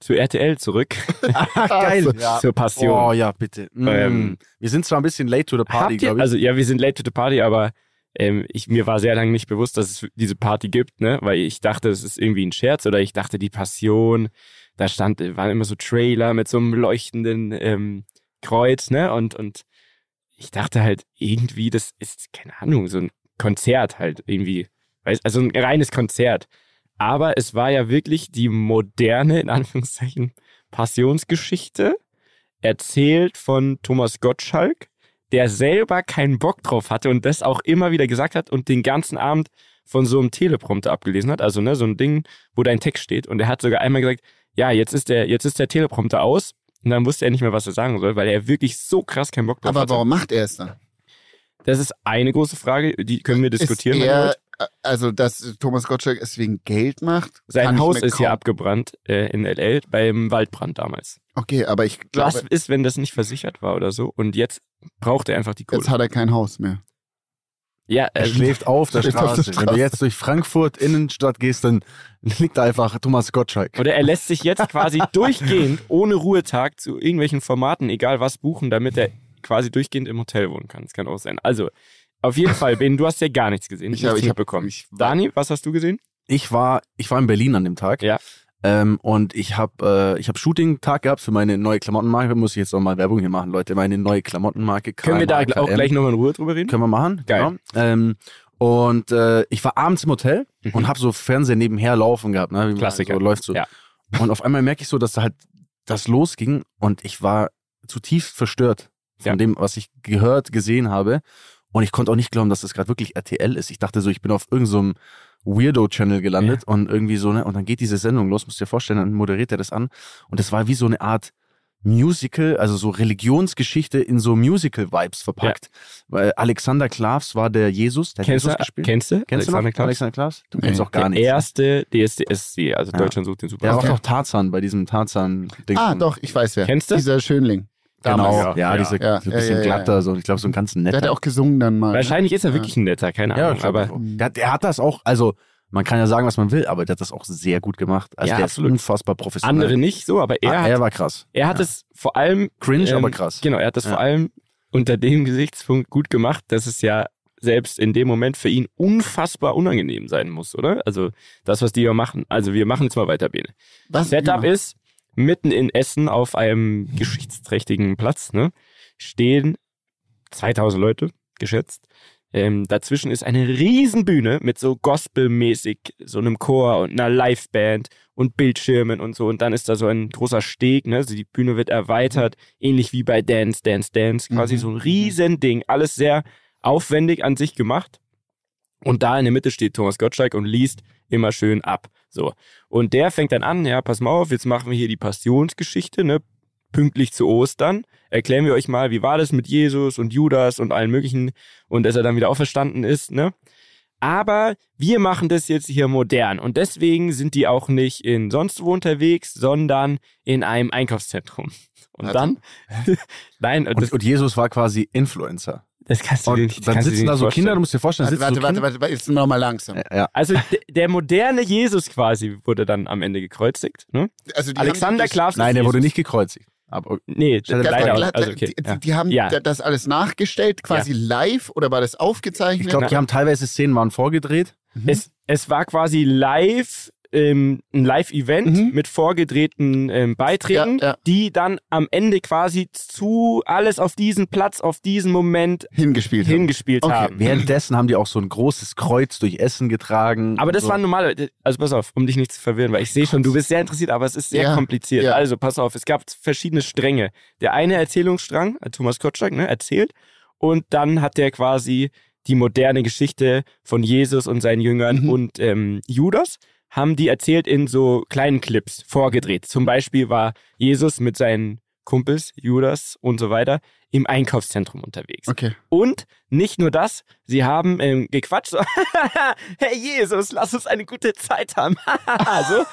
[SPEAKER 2] zu RTL zurück,
[SPEAKER 3] Ah, geil.
[SPEAKER 1] Also,
[SPEAKER 3] (laughs) Ja.
[SPEAKER 2] zur Passion.
[SPEAKER 3] Oh ja, bitte. Mm.
[SPEAKER 2] Ähm,
[SPEAKER 3] wir sind zwar ein bisschen late to the party,
[SPEAKER 2] Habt ihr,
[SPEAKER 3] glaube ich.
[SPEAKER 2] also ja, wir sind late to the party, aber ähm, ich, mir war sehr lange nicht bewusst, dass es diese Party gibt, ne? Weil ich dachte, es ist irgendwie ein Scherz oder ich dachte, die Passion, da stand, waren immer so Trailer mit so einem leuchtenden ähm, Kreuz, ne? Und, und ich dachte halt irgendwie, das ist, keine Ahnung, so ein Konzert halt irgendwie. Weiß- Also ein reines Konzert. Aber es war ja wirklich die moderne, in Anführungszeichen, Passionsgeschichte, erzählt von Thomas Gottschalk, der selber keinen Bock drauf hatte und das auch immer wieder gesagt hat und den ganzen Abend von so einem Teleprompter abgelesen hat, also ne, so ein Ding, wo dein Text steht und er hat sogar einmal gesagt, ja, jetzt ist der jetzt ist der Teleprompter aus und dann wusste er nicht mehr, was er sagen soll, weil er wirklich so krass keinen Bock drauf
[SPEAKER 1] Aber
[SPEAKER 2] hatte.
[SPEAKER 1] warum macht er es dann?
[SPEAKER 2] Das ist eine große Frage, die können wir diskutieren.
[SPEAKER 1] Ist
[SPEAKER 2] wenn ihr wollt.
[SPEAKER 1] er, also, dass Thomas Gottschalk es wegen Geld macht? kann
[SPEAKER 2] Sein
[SPEAKER 1] ich
[SPEAKER 2] Haus
[SPEAKER 1] mir
[SPEAKER 2] ist hier
[SPEAKER 1] kaum-
[SPEAKER 2] abgebrannt äh, in L.A. beim Waldbrand damals.
[SPEAKER 1] Okay, aber ich glaube,
[SPEAKER 2] Was ist, wenn das nicht versichert war oder so? Und jetzt braucht er einfach die Kohle.
[SPEAKER 1] jetzt hat er kein Haus mehr.
[SPEAKER 2] ja,
[SPEAKER 3] Er
[SPEAKER 2] äh,
[SPEAKER 3] schläft auf der
[SPEAKER 1] schläft auf der
[SPEAKER 3] Straße. Wenn du
[SPEAKER 1] Straße.
[SPEAKER 3] jetzt durch Frankfurt Innenstadt gehst, dann liegt da einfach Thomas Gottschalk.
[SPEAKER 2] oder er lässt sich jetzt
[SPEAKER 3] (laughs)
[SPEAKER 2] quasi durchgehend ohne Ruhetag zu irgendwelchen Formaten, egal was, buchen, damit er quasi durchgehend im Hotel wohnen kann. Das kann auch sein. Also, auf jeden Fall, Ben, du hast ja gar nichts gesehen.
[SPEAKER 1] Ich
[SPEAKER 2] nichts
[SPEAKER 1] habe- ich habe-
[SPEAKER 2] mitbekommen.
[SPEAKER 1] ich-
[SPEAKER 2] Dani, was hast du gesehen?
[SPEAKER 3] Ich war, ich war in Berlin an dem Tag.
[SPEAKER 2] Ja.
[SPEAKER 3] Ähm, und ich habe äh, ich hab Shooting-Tag gehabt für meine neue Klamottenmarke. Muss ich jetzt nochmal Werbung hier machen, Leute. Meine neue Klamottenmarke.
[SPEAKER 2] Können wir da
[SPEAKER 3] KMAKM.
[SPEAKER 2] auch gleich nochmal in Ruhe drüber reden?
[SPEAKER 3] Können wir machen.
[SPEAKER 2] Geil.
[SPEAKER 3] Genau. Ähm, und äh, ich war abends im Hotel und habe so Fernseher nebenher laufen gehabt. Ne? Wie man
[SPEAKER 2] Mhm. Klassiker.
[SPEAKER 3] So, läuft so.
[SPEAKER 2] Ja.
[SPEAKER 3] Und auf einmal merke ich so, dass da halt das losging und ich war zutiefst verstört von
[SPEAKER 2] Ja.
[SPEAKER 3] dem, was ich gehört, gesehen habe. Und ich konnte auch nicht glauben, dass das gerade wirklich RTL ist. Ich dachte so, ich bin auf irgendeinem Weirdo-Channel gelandet und irgendwie so, ne? Und dann geht diese Sendung los, musst dir vorstellen, dann moderiert er das an. Und das war wie so eine Art Musical, also so Religionsgeschichte in so Musical-Vibes verpackt. Weil Alexander Klavs war der Jesus, der hat
[SPEAKER 2] Kennst,
[SPEAKER 3] Jesus
[SPEAKER 2] du,
[SPEAKER 3] gespielt.
[SPEAKER 2] kennst du?
[SPEAKER 3] Kennst du noch
[SPEAKER 2] Alexander Klaus?
[SPEAKER 3] Alexander Klavs? Du kennst
[SPEAKER 1] Nee.
[SPEAKER 3] auch gar
[SPEAKER 2] der
[SPEAKER 3] nicht.
[SPEAKER 2] erste DSDSC, also
[SPEAKER 3] Ja.
[SPEAKER 2] Deutschland sucht den
[SPEAKER 3] Der war
[SPEAKER 2] Superstar.
[SPEAKER 3] doch Tarzan bei diesem Tarzan-Ding.
[SPEAKER 1] Ah,
[SPEAKER 3] von-
[SPEAKER 1] doch, ich weiß wer.
[SPEAKER 2] Kennst du?
[SPEAKER 1] Dieser Schönling. Damals.
[SPEAKER 3] Genau, ja,
[SPEAKER 2] Ja,
[SPEAKER 3] dieser
[SPEAKER 1] ja.
[SPEAKER 3] so ein
[SPEAKER 1] Ja,
[SPEAKER 3] bisschen
[SPEAKER 1] ja, ja,
[SPEAKER 3] glatter, so. Ich glaube, so ein ganz
[SPEAKER 1] Der
[SPEAKER 3] netter.
[SPEAKER 1] hat ja auch gesungen dann mal. ne?
[SPEAKER 2] Wahrscheinlich ist er
[SPEAKER 1] Ja.
[SPEAKER 2] wirklich ein netter, keine
[SPEAKER 3] ja,
[SPEAKER 2] Ahnung.
[SPEAKER 3] ich glaub,
[SPEAKER 2] aber
[SPEAKER 3] so. der, hat- der hat das auch, also man kann ja sagen, was man will, aber der hat das auch sehr gut gemacht. Also
[SPEAKER 2] Ja,
[SPEAKER 3] der
[SPEAKER 2] absolut.
[SPEAKER 3] ist unfassbar professionell.
[SPEAKER 2] andere nicht so, aber er,
[SPEAKER 3] ah,
[SPEAKER 2] hat,
[SPEAKER 3] er war krass.
[SPEAKER 2] er hat
[SPEAKER 3] ja.
[SPEAKER 2] es vor allem.
[SPEAKER 3] Cringe, aber krass.
[SPEAKER 2] Genau, er hat es
[SPEAKER 3] Ja.
[SPEAKER 2] vor allem unter dem Gesichtspunkt gut gemacht, dass es ja selbst in dem Moment für ihn unfassbar unangenehm sein muss, oder? Also das, was die ja machen. Also wir machen jetzt mal weiter, Bene.
[SPEAKER 1] ne? Was?
[SPEAKER 2] Setup
[SPEAKER 1] genau.
[SPEAKER 2] ist, mitten in Essen auf einem geschichtsträchtigen Platz, ne, stehen 2000 Leute, geschätzt, Ähm, dazwischen ist eine Riesenbühne mit so Gospelmäßig, so einem Chor und einer Liveband und Bildschirmen und so. Und dann ist da so ein großer Steg, ne? Also die Bühne wird erweitert, ähnlich wie bei Dance, Dance, Dance. Quasi
[SPEAKER 1] Mhm.
[SPEAKER 2] so ein Riesending. Alles sehr aufwendig an sich gemacht. Und da in der Mitte steht Thomas Gottschalk und liest immer schön ab. So. Und der fängt dann an, ja, pass mal auf, jetzt machen wir hier die Passionsgeschichte, ne? Pünktlich zu Ostern. Erklären wir euch mal, wie war das mit Jesus und Judas und allen möglichen und dass er dann wieder auferstanden ist, ne? Aber wir machen das jetzt hier modern und deswegen sind die auch nicht in sonst wo unterwegs, sondern in einem Einkaufszentrum. Und
[SPEAKER 1] Also-
[SPEAKER 2] dann, (laughs) nein, und das,
[SPEAKER 3] Und, und Jesus war quasi Influencer.
[SPEAKER 2] das kannst du dir
[SPEAKER 3] Und
[SPEAKER 2] nicht
[SPEAKER 3] dann
[SPEAKER 2] kannst du dir
[SPEAKER 3] sitzen da
[SPEAKER 2] nicht
[SPEAKER 3] so
[SPEAKER 2] vorstellen.
[SPEAKER 3] Kinder, du musst dir vorstellen,
[SPEAKER 1] Warte,
[SPEAKER 3] sitzen
[SPEAKER 1] warte,
[SPEAKER 3] so
[SPEAKER 1] warte,
[SPEAKER 3] Kinder.
[SPEAKER 1] warte, warte, jetzt noch mal langsam.
[SPEAKER 3] Ja.
[SPEAKER 2] Also d- der moderne Jesus quasi wurde dann am Ende gekreuzigt. Ne?
[SPEAKER 1] Also die
[SPEAKER 2] Alexander
[SPEAKER 1] haben sich-
[SPEAKER 2] Klavs.
[SPEAKER 3] Nein,
[SPEAKER 2] ist
[SPEAKER 3] der wurde
[SPEAKER 2] Jesus.
[SPEAKER 3] nicht gekreuzigt. Aber
[SPEAKER 2] Nee,
[SPEAKER 3] Stell dir
[SPEAKER 1] Ja,
[SPEAKER 2] leider.
[SPEAKER 1] aber
[SPEAKER 2] auch.
[SPEAKER 1] klar,
[SPEAKER 2] Also, okay.
[SPEAKER 1] die,
[SPEAKER 2] ja.
[SPEAKER 1] die, die haben
[SPEAKER 2] Ja.
[SPEAKER 1] da- das alles nachgestellt, quasi live oder war das aufgezeichnet? Mhm.
[SPEAKER 3] ich glaube, die haben teilweise Szenen waren vorgedreht.
[SPEAKER 2] Es, es war quasi live ähm, ein Live-Event
[SPEAKER 3] Mhm.
[SPEAKER 2] mit vorgedrehten ähm, Beiträgen,
[SPEAKER 1] Ja, ja.
[SPEAKER 2] die dann am Ende quasi zu alles auf diesen Platz, auf diesen Moment
[SPEAKER 1] hingespielt. haben.
[SPEAKER 2] hingespielt
[SPEAKER 1] Okay.
[SPEAKER 2] haben.
[SPEAKER 3] Währenddessen haben die auch so ein großes Kreuz durch Essen getragen.
[SPEAKER 2] Aber das
[SPEAKER 3] so.
[SPEAKER 2] waren normale, also pass auf, um dich nicht zu verwirren, weil ich sehe schon, du bist sehr interessiert, aber es ist sehr
[SPEAKER 1] Ja,
[SPEAKER 2] kompliziert.
[SPEAKER 1] ja.
[SPEAKER 2] Also pass auf, es gab verschiedene Stränge. Der eine Erzählungsstrang, äh, Thomas Kotschak, ne, erzählt und dann hat der quasi die moderne Geschichte von Jesus und seinen Jüngern
[SPEAKER 1] Mhm.
[SPEAKER 2] und ähm, Judas haben die erzählt in so kleinen Clips vorgedreht. Zum Beispiel war Jesus mit seinen Kumpels, Judas und so weiter, im Einkaufszentrum unterwegs.
[SPEAKER 1] Okay.
[SPEAKER 2] Und nicht nur das, sie haben ähm, gequatscht. so, (laughs) Herr Jesus, lass uns eine gute Zeit haben. (laughs) so.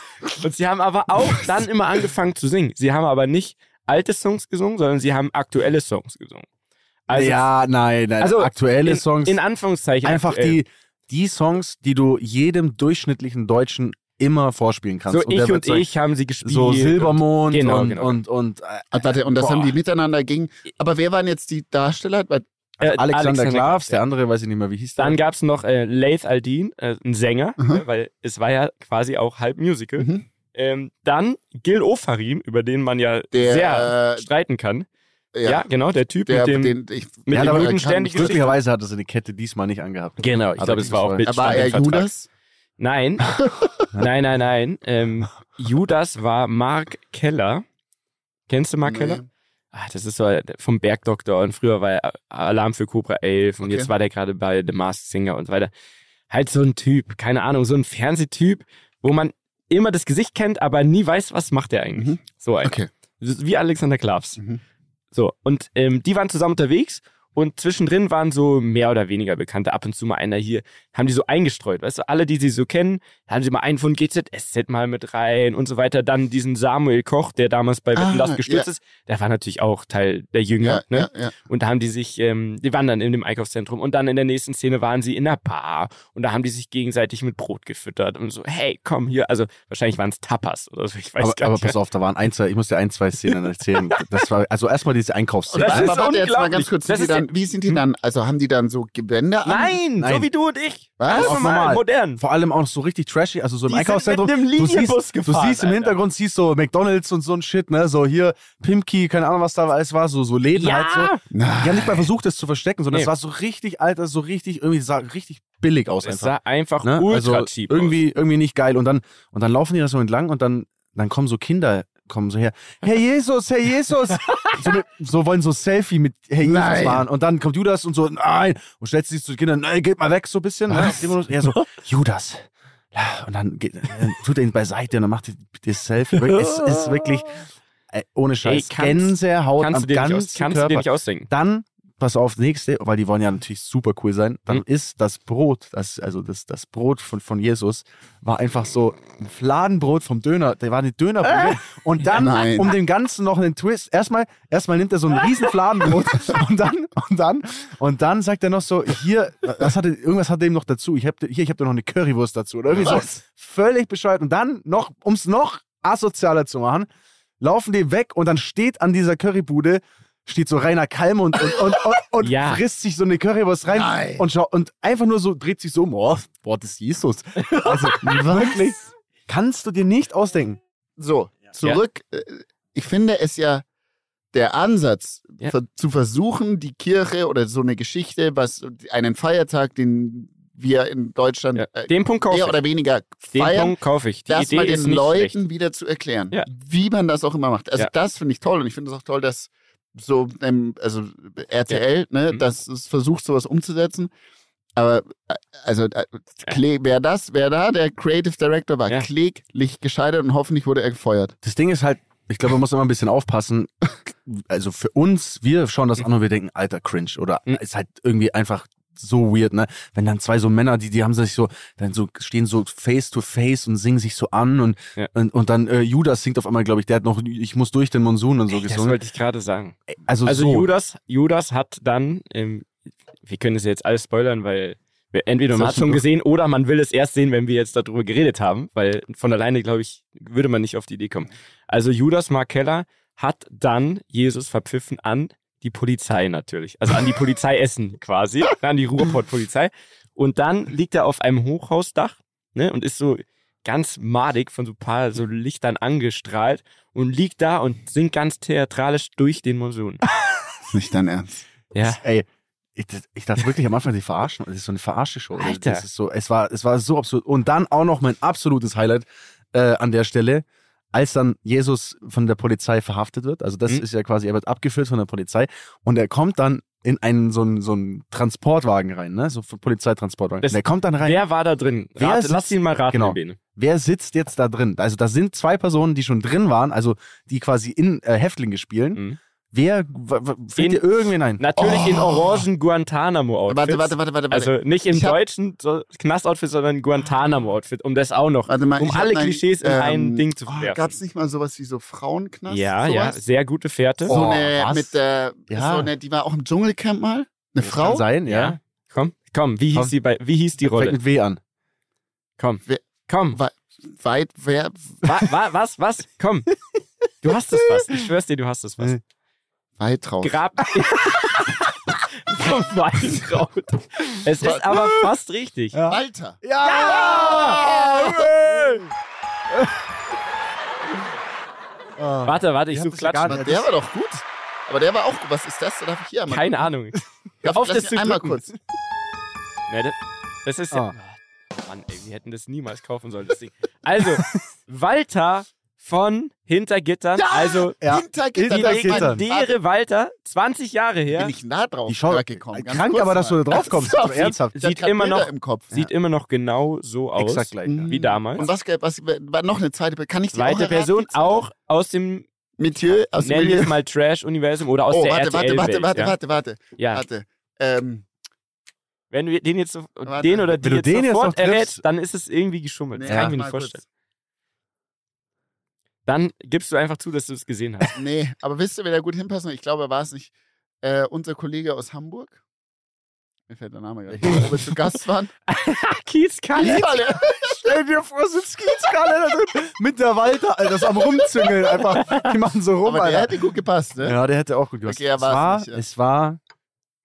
[SPEAKER 2] Und sie haben aber auch dann immer angefangen zu singen. Sie haben aber nicht alte Songs gesungen, sondern sie haben aktuelle Songs gesungen. Also
[SPEAKER 3] ja, nein, nein.
[SPEAKER 2] Also,
[SPEAKER 3] aktuelle
[SPEAKER 2] in,
[SPEAKER 3] Songs.
[SPEAKER 2] in Anführungszeichen.
[SPEAKER 3] einfach
[SPEAKER 2] aktuell.
[SPEAKER 3] die, die Songs, die du jedem durchschnittlichen Deutschen immer vorspielen kannst.
[SPEAKER 2] So
[SPEAKER 3] der
[SPEAKER 2] ich
[SPEAKER 3] wird
[SPEAKER 2] und
[SPEAKER 3] sagen,
[SPEAKER 2] ich haben sie gespielt.
[SPEAKER 3] So Silbermond
[SPEAKER 2] Genau,
[SPEAKER 3] und,
[SPEAKER 2] genau.
[SPEAKER 3] und, und
[SPEAKER 1] Und,
[SPEAKER 3] äh,
[SPEAKER 1] Ah, warte, und das
[SPEAKER 2] Boah.
[SPEAKER 1] haben die miteinander gegen. Aber wer waren jetzt die Darsteller? Weil-
[SPEAKER 2] Äh,
[SPEAKER 3] Alexander, Klavs,
[SPEAKER 2] ja.
[SPEAKER 3] der andere weiß ich nicht mehr, wie hieß der.
[SPEAKER 2] Dann gab es noch äh, Laith Aldin, äh, ein Sänger,
[SPEAKER 3] Mhm.
[SPEAKER 2] ne, weil es war ja quasi auch halb Musical.
[SPEAKER 1] Mhm.
[SPEAKER 2] Ähm, dann Gil Ofarim, über den man ja
[SPEAKER 1] Der,
[SPEAKER 2] sehr
[SPEAKER 1] äh,
[SPEAKER 2] streiten kann. Ja.
[SPEAKER 1] Ja,
[SPEAKER 2] genau, der Typ
[SPEAKER 1] der,
[SPEAKER 2] mit dem.
[SPEAKER 1] den, ich,
[SPEAKER 2] mit
[SPEAKER 1] ja,
[SPEAKER 2] dem
[SPEAKER 1] aber-
[SPEAKER 2] guten
[SPEAKER 1] kann-
[SPEAKER 2] Stern, die Geschichte-
[SPEAKER 3] Glücklicherweise hat er seine Kette diesmal nicht angehabt.
[SPEAKER 2] genau, ich
[SPEAKER 3] Aber
[SPEAKER 2] glaube, es war auch
[SPEAKER 3] war-
[SPEAKER 2] mit.
[SPEAKER 1] Aber
[SPEAKER 2] stand im
[SPEAKER 1] er
[SPEAKER 2] Vertrag.
[SPEAKER 1] Judas? (laughs)
[SPEAKER 2] Nein, nein, nein, nein. Ähm, Judas war Mark Keller. Kennst du Mark
[SPEAKER 1] Nee.
[SPEAKER 2] Keller? Ah, das ist so der- vom Bergdoktor und früher war er Alarm für Cobra 11 und
[SPEAKER 1] Okay.
[SPEAKER 2] jetzt war der gerade bei The Masked Singer und so weiter. Halt so ein Typ, keine Ahnung, so ein Fernsehtyp, wo man immer das Gesicht kennt, aber nie weiß, was macht der eigentlich.
[SPEAKER 1] Mhm.
[SPEAKER 2] So ein.
[SPEAKER 1] Okay.
[SPEAKER 2] Das ist Wie Alexander Klavs.
[SPEAKER 1] Mhm.
[SPEAKER 2] So, und ähm, die waren zusammen unterwegs und zwischendrin waren so mehr oder weniger Bekannte, ab und zu mal einer hier, haben die so eingestreut, weißt du, alle, die sie so kennen, haben sie mal einen von GZSZ mal mit rein und so weiter, dann diesen Samuel Koch, der damals bei Wetten,
[SPEAKER 1] Ah,
[SPEAKER 2] das gestürzt
[SPEAKER 1] ja.
[SPEAKER 2] ist, der war natürlich auch Teil der Jünger,
[SPEAKER 1] Ja,
[SPEAKER 2] ne?
[SPEAKER 1] ja, ja.
[SPEAKER 2] Und da haben die sich, ähm, die waren dann in dem Einkaufszentrum und dann in der nächsten Szene waren sie in einer Bar und da haben die sich gegenseitig mit Brot gefüttert und so, hey, komm hier, also wahrscheinlich waren es Tapas oder so, ich weiß
[SPEAKER 3] Aber,
[SPEAKER 2] gar
[SPEAKER 3] aber
[SPEAKER 2] nicht.
[SPEAKER 3] pass auf, da waren ein, zwei, ich muss dir ein, zwei Szenen erzählen. Das war, also erstmal diese
[SPEAKER 2] Das
[SPEAKER 3] Einkaufsszene.
[SPEAKER 2] ist
[SPEAKER 1] aber warte, jetzt mal
[SPEAKER 2] unglaublich.
[SPEAKER 1] ganz kurz.
[SPEAKER 2] Das
[SPEAKER 1] Sind die
[SPEAKER 2] ist
[SPEAKER 1] dann, wie sind die dann? Also haben die dann so Gewänder an?
[SPEAKER 2] Nein, so
[SPEAKER 3] Nein.
[SPEAKER 2] wie du und ich.
[SPEAKER 1] Was?
[SPEAKER 2] Ganz
[SPEAKER 1] Auf
[SPEAKER 2] normal,
[SPEAKER 3] normal.
[SPEAKER 2] modern.
[SPEAKER 3] Vor allem auch noch so richtig trashy, also so im
[SPEAKER 2] Die sind
[SPEAKER 3] Einkaufszentrum.
[SPEAKER 2] mit einem
[SPEAKER 3] du siehst,
[SPEAKER 2] Linienbus gefahren,
[SPEAKER 3] du siehst im
[SPEAKER 2] Alter.
[SPEAKER 3] Hintergrund, siehst so McDonalds und so ein Shit, ne? So hier Pimki, keine Ahnung, was da alles war, so, so Läden
[SPEAKER 2] Ja.
[SPEAKER 3] halt so.
[SPEAKER 1] Nein.
[SPEAKER 3] Die haben nicht mal versucht, das zu verstecken, sondern
[SPEAKER 2] Nee.
[SPEAKER 3] es war so richtig, Alter, so richtig, irgendwie sah richtig billig aus
[SPEAKER 2] Es
[SPEAKER 3] einfach.
[SPEAKER 2] sah einfach
[SPEAKER 3] Ne?
[SPEAKER 2] ultra
[SPEAKER 3] also
[SPEAKER 2] cheap aus.
[SPEAKER 3] irgendwie, irgendwie nicht geil. Und dann, und dann laufen die da so entlang und dann, dann kommen so Kinder, kommen so her. Herr Jesus, Herr Jesus! so, mit, so wollen so Selfie mit Herr Jesus
[SPEAKER 1] Nein.
[SPEAKER 3] machen. Und dann kommt Judas und so, nein! Und stellt sich zu den Kindern, nein, geht mal weg, so ein bisschen. Ne? Ja, so, Judas. Ja, Und dann, geht, dann tut er ihn beiseite und dann macht er das Selfie. Es ist wirklich, äh, ohne Scheiß,
[SPEAKER 2] Ey, kannst-
[SPEAKER 3] Gänsehaut
[SPEAKER 2] Kannst,
[SPEAKER 3] am
[SPEAKER 2] du dir, nicht aus,
[SPEAKER 3] ganzen
[SPEAKER 2] kannst du
[SPEAKER 3] Körper.
[SPEAKER 2] dir nicht ausdenken.
[SPEAKER 3] Dann, pass auf, nächste, weil die wollen ja natürlich super cool sein, dann
[SPEAKER 2] Mhm.
[SPEAKER 3] ist das Brot, das, also das, das Brot von, von Jesus, war einfach so ein Fladenbrot vom Döner, der war eine Dönerbrühe. Und dann,
[SPEAKER 1] Nein.
[SPEAKER 3] um dem Ganzen noch einen Twist, erstmal, erstmal nimmt er so ein riesen Fladenbrot und dann, und dann, und dann sagt er noch so, hier, das hatte, irgendwas hat er ihm noch dazu, ich hab, dir- hier, ich hab dir noch eine Currywurst dazu oder irgendwie so. Völlig bescheuert. Und dann noch, um es noch asozialer zu machen, laufen die weg und dann steht an dieser Currybude steht so Rainer Kallmund und, und, und, und
[SPEAKER 2] Ja.
[SPEAKER 3] frisst sich so eine Currywurst rein
[SPEAKER 1] Nein.
[SPEAKER 3] und schau, und einfach nur so dreht sich so um. Oh, boah, das ist Jesus. Also wirklich, kannst du dir nicht ausdenken.
[SPEAKER 1] So, zurück. Äh, Ich finde es ja der Ansatz
[SPEAKER 2] Ja.
[SPEAKER 1] ver- zu versuchen, die Kirche oder so eine Geschichte, was einen Feiertag, den wir in Deutschland
[SPEAKER 2] Ja.
[SPEAKER 1] äh,
[SPEAKER 2] Den Punkt kaufe
[SPEAKER 1] mehr oder
[SPEAKER 2] ich.
[SPEAKER 1] weniger
[SPEAKER 2] Den
[SPEAKER 1] feiern,
[SPEAKER 2] Punkt kaufe ich. Die
[SPEAKER 1] das
[SPEAKER 2] Idee
[SPEAKER 1] mal
[SPEAKER 2] ist
[SPEAKER 1] den
[SPEAKER 2] nicht
[SPEAKER 1] Leuten
[SPEAKER 2] schlecht.
[SPEAKER 1] wieder zu erklären,
[SPEAKER 2] Ja.
[SPEAKER 1] wie man das auch immer macht. Also
[SPEAKER 2] Ja.
[SPEAKER 1] das finde ich toll und ich finde es auch toll, dass so ähm, also RTL, ne,
[SPEAKER 2] Mhm.
[SPEAKER 1] dass es versucht sowas umzusetzen. Aber äh, also äh, Klee, wer das, wer da der Creative Director war,
[SPEAKER 2] Ja.
[SPEAKER 1] kläglich gescheitert und hoffentlich wurde er gefeuert.
[SPEAKER 3] Das Ding ist halt, ich glaube, man muss immer ein bisschen aufpassen. Also für uns, wir schauen das an und wir denken, alter Cringe oder
[SPEAKER 2] Mhm.
[SPEAKER 3] ist halt irgendwie einfach so weird, ne? Wenn dann zwei so Männer, die, die haben sich so, dann so stehen so face to face und singen sich so an und,
[SPEAKER 2] Ja.
[SPEAKER 3] und, und dann äh, Judas singt auf einmal, glaube ich, der hat noch Ich muss durch den Monsun und so
[SPEAKER 2] Das
[SPEAKER 3] gesungen.
[SPEAKER 2] wollte ich gerade sagen.
[SPEAKER 3] Also,
[SPEAKER 2] Also
[SPEAKER 3] so.
[SPEAKER 2] Judas, Judas hat dann, ähm, wir können es jetzt alles spoilern, weil wir, entweder
[SPEAKER 3] Das
[SPEAKER 2] man
[SPEAKER 3] ist
[SPEAKER 2] hat schon
[SPEAKER 3] super.
[SPEAKER 2] gesehen oder man will es erst sehen, wenn wir jetzt darüber geredet haben, weil von alleine, glaube ich, würde man nicht auf die Idee kommen. Also Judas Markella hat dann Jesus verpfiffen an die Polizei natürlich, also an die (laughs) Polizei Essen quasi, an die Ruhrpott-Polizei. Und dann liegt er auf einem Hochhausdach ne, und ist so ganz madig von so ein paar so Lichtern angestrahlt und liegt da und singt ganz theatralisch durch den Monsun.
[SPEAKER 1] Nicht dein Ernst.
[SPEAKER 2] Ja.
[SPEAKER 3] Ey, ich, ich dachte wirklich am Anfang, die verarschen. Das ist so eine verarsche Show.
[SPEAKER 2] Alter.
[SPEAKER 3] Das ist so, es, war, es war so absurd. Und dann auch noch mein absolutes Highlight äh, an der Stelle, als dann Jesus von der Polizei verhaftet wird. Also das
[SPEAKER 2] Mhm.
[SPEAKER 3] ist ja quasi, er wird abgeführt von der Polizei und er kommt dann in einen so einen, so einen Transportwagen rein, ne? So einen Polizeitransportwagen.
[SPEAKER 2] Das-
[SPEAKER 3] und er kommt dann rein.
[SPEAKER 2] Wer war da drin?
[SPEAKER 3] Wer
[SPEAKER 2] Rate,
[SPEAKER 3] sitzt-
[SPEAKER 2] lass ihn mal raten,
[SPEAKER 3] Genau.
[SPEAKER 2] Bene.
[SPEAKER 3] Wer sitzt jetzt da drin? Also da sind zwei Personen, die schon drin waren, also die quasi in äh, Häftlinge spielen.
[SPEAKER 2] Mhm.
[SPEAKER 3] Wer w- w- fällt
[SPEAKER 2] In-
[SPEAKER 3] dir irgendwen ein?
[SPEAKER 2] Natürlich in orangen Guantanamo-Outfits.
[SPEAKER 1] Warte, warte, warte, warte, warte.
[SPEAKER 2] Also nicht im
[SPEAKER 1] Ich hab-
[SPEAKER 2] deutschen so Knast-Outfit, sondern Guantanamo-Outfit, um das auch noch,
[SPEAKER 1] Warte mal,
[SPEAKER 2] um
[SPEAKER 1] ich hab
[SPEAKER 2] alle
[SPEAKER 1] mein,
[SPEAKER 2] Klischees in
[SPEAKER 1] ähm,
[SPEAKER 2] ein Ding zu
[SPEAKER 1] oh,
[SPEAKER 2] werfen.
[SPEAKER 1] Gab es nicht mal sowas wie so Frauenknast?
[SPEAKER 2] ja, ja,
[SPEAKER 1] sowas?
[SPEAKER 2] sehr gute Fährte.
[SPEAKER 1] So
[SPEAKER 3] Oh,
[SPEAKER 1] eine
[SPEAKER 3] was?
[SPEAKER 1] mit der,
[SPEAKER 3] Ja.
[SPEAKER 1] so eine, die war auch im Dschungelcamp mal. Eine
[SPEAKER 3] Das
[SPEAKER 1] Frau?
[SPEAKER 3] Kann sein, ja.
[SPEAKER 2] Komm, komm, wie hieß,
[SPEAKER 3] Komm.
[SPEAKER 2] Die, bei, wie hieß die
[SPEAKER 3] Fängt
[SPEAKER 2] Rolle?
[SPEAKER 3] mit W an.
[SPEAKER 2] Komm,
[SPEAKER 1] Wer-
[SPEAKER 2] komm,
[SPEAKER 1] Weit, wer,
[SPEAKER 2] wa, wa, was, was, komm. Du hast es was, ich schwör's dir, du hast es was.
[SPEAKER 1] weit raus.
[SPEAKER 2] Grab. (laughs) Vom Weinkraut. Es ist aber fast richtig.
[SPEAKER 1] Alter.
[SPEAKER 3] Ja!
[SPEAKER 2] Warte, warte, ich
[SPEAKER 3] Ihr
[SPEAKER 2] suche
[SPEAKER 3] habt es ja
[SPEAKER 2] Klatschen.
[SPEAKER 1] Aber
[SPEAKER 3] gar
[SPEAKER 1] der war doch gut. Aber der war auch gut. Was ist das? Darf ich hier einmal?
[SPEAKER 2] Keine Ahnung.
[SPEAKER 1] darf,
[SPEAKER 2] auf,
[SPEAKER 1] lass
[SPEAKER 2] das
[SPEAKER 1] mich
[SPEAKER 2] zu
[SPEAKER 1] einmal
[SPEAKER 2] drücken.
[SPEAKER 1] kurz.
[SPEAKER 2] Ne, das, das ist ja.
[SPEAKER 3] Ah.
[SPEAKER 2] Oh Mann, ey, wir hätten das niemals kaufen sollen, das Ding.
[SPEAKER 3] (laughs)
[SPEAKER 2] Also, Walter von Hintergittern, also
[SPEAKER 3] Ja.
[SPEAKER 1] Hintergitter, das ist mein-
[SPEAKER 2] legendäre Walter, 20 Jahre her,
[SPEAKER 1] Bin ich nah drauf
[SPEAKER 3] Die Schau
[SPEAKER 1] gekommen. Ganz
[SPEAKER 3] krank
[SPEAKER 1] kurz
[SPEAKER 3] aber, dass
[SPEAKER 1] mal.
[SPEAKER 3] du da drauf kommst.
[SPEAKER 1] Das
[SPEAKER 3] Also
[SPEAKER 1] ist-
[SPEAKER 3] ernsthaft.
[SPEAKER 1] Ich hab
[SPEAKER 2] Sieht
[SPEAKER 1] grad
[SPEAKER 2] immer
[SPEAKER 1] Bilder
[SPEAKER 2] noch-
[SPEAKER 1] im Kopf.
[SPEAKER 2] sieht immer noch genau so aus
[SPEAKER 3] Exakt gleich.
[SPEAKER 1] Mhm.
[SPEAKER 2] wie damals.
[SPEAKER 1] Und was, was war noch eine zweite Person? Kann ich die auch
[SPEAKER 2] Zweite
[SPEAKER 1] erraten?
[SPEAKER 2] Person auch aus dem,
[SPEAKER 1] Milieu, aus dem
[SPEAKER 2] nennen wir
[SPEAKER 1] Milieu.
[SPEAKER 2] es mal Trash-Universum oder aus
[SPEAKER 1] Oh,
[SPEAKER 2] der
[SPEAKER 1] warte, warte,
[SPEAKER 2] RTL-Welt.
[SPEAKER 1] warte, warte,
[SPEAKER 2] ja.
[SPEAKER 1] warte, warte,
[SPEAKER 2] Ja.
[SPEAKER 1] warte. Ähm,
[SPEAKER 2] Wenn wir den jetzt so,
[SPEAKER 1] Warte.
[SPEAKER 2] den oder die
[SPEAKER 3] Wenn du
[SPEAKER 2] jetzt
[SPEAKER 3] den jetzt
[SPEAKER 2] sofort
[SPEAKER 3] noch triffst-
[SPEAKER 2] errätst, dann ist es irgendwie geschummelt.
[SPEAKER 1] nee,
[SPEAKER 2] das kann ich mir
[SPEAKER 1] mal
[SPEAKER 2] nicht
[SPEAKER 1] kurz.
[SPEAKER 2] vorstellen. Dann gibst du einfach zu, dass du es gesehen
[SPEAKER 3] (laughs)
[SPEAKER 2] hast.
[SPEAKER 1] Nee, aber wisst ihr, wer da gut hinpasst? Ich glaube, er war es nicht. Äh, unser Kollege aus Hamburg. Mir fällt der Name gar nicht. ein, Wo wir zu Gast waren.
[SPEAKER 2] Kiez Kalle.
[SPEAKER 1] Alle.
[SPEAKER 3] Stell dir vor, sitzt Kiezkralle da drin mit der Walter, Alter, das am Rumzüngeln einfach. Die machen so rum,
[SPEAKER 1] Aber der
[SPEAKER 3] Alter.
[SPEAKER 1] hätte gut gepasst, ne?
[SPEAKER 3] Ja, der hätte auch gut gemacht.
[SPEAKER 1] Okay, er
[SPEAKER 3] es,
[SPEAKER 1] war's
[SPEAKER 3] war,
[SPEAKER 1] nicht, ja.
[SPEAKER 3] es war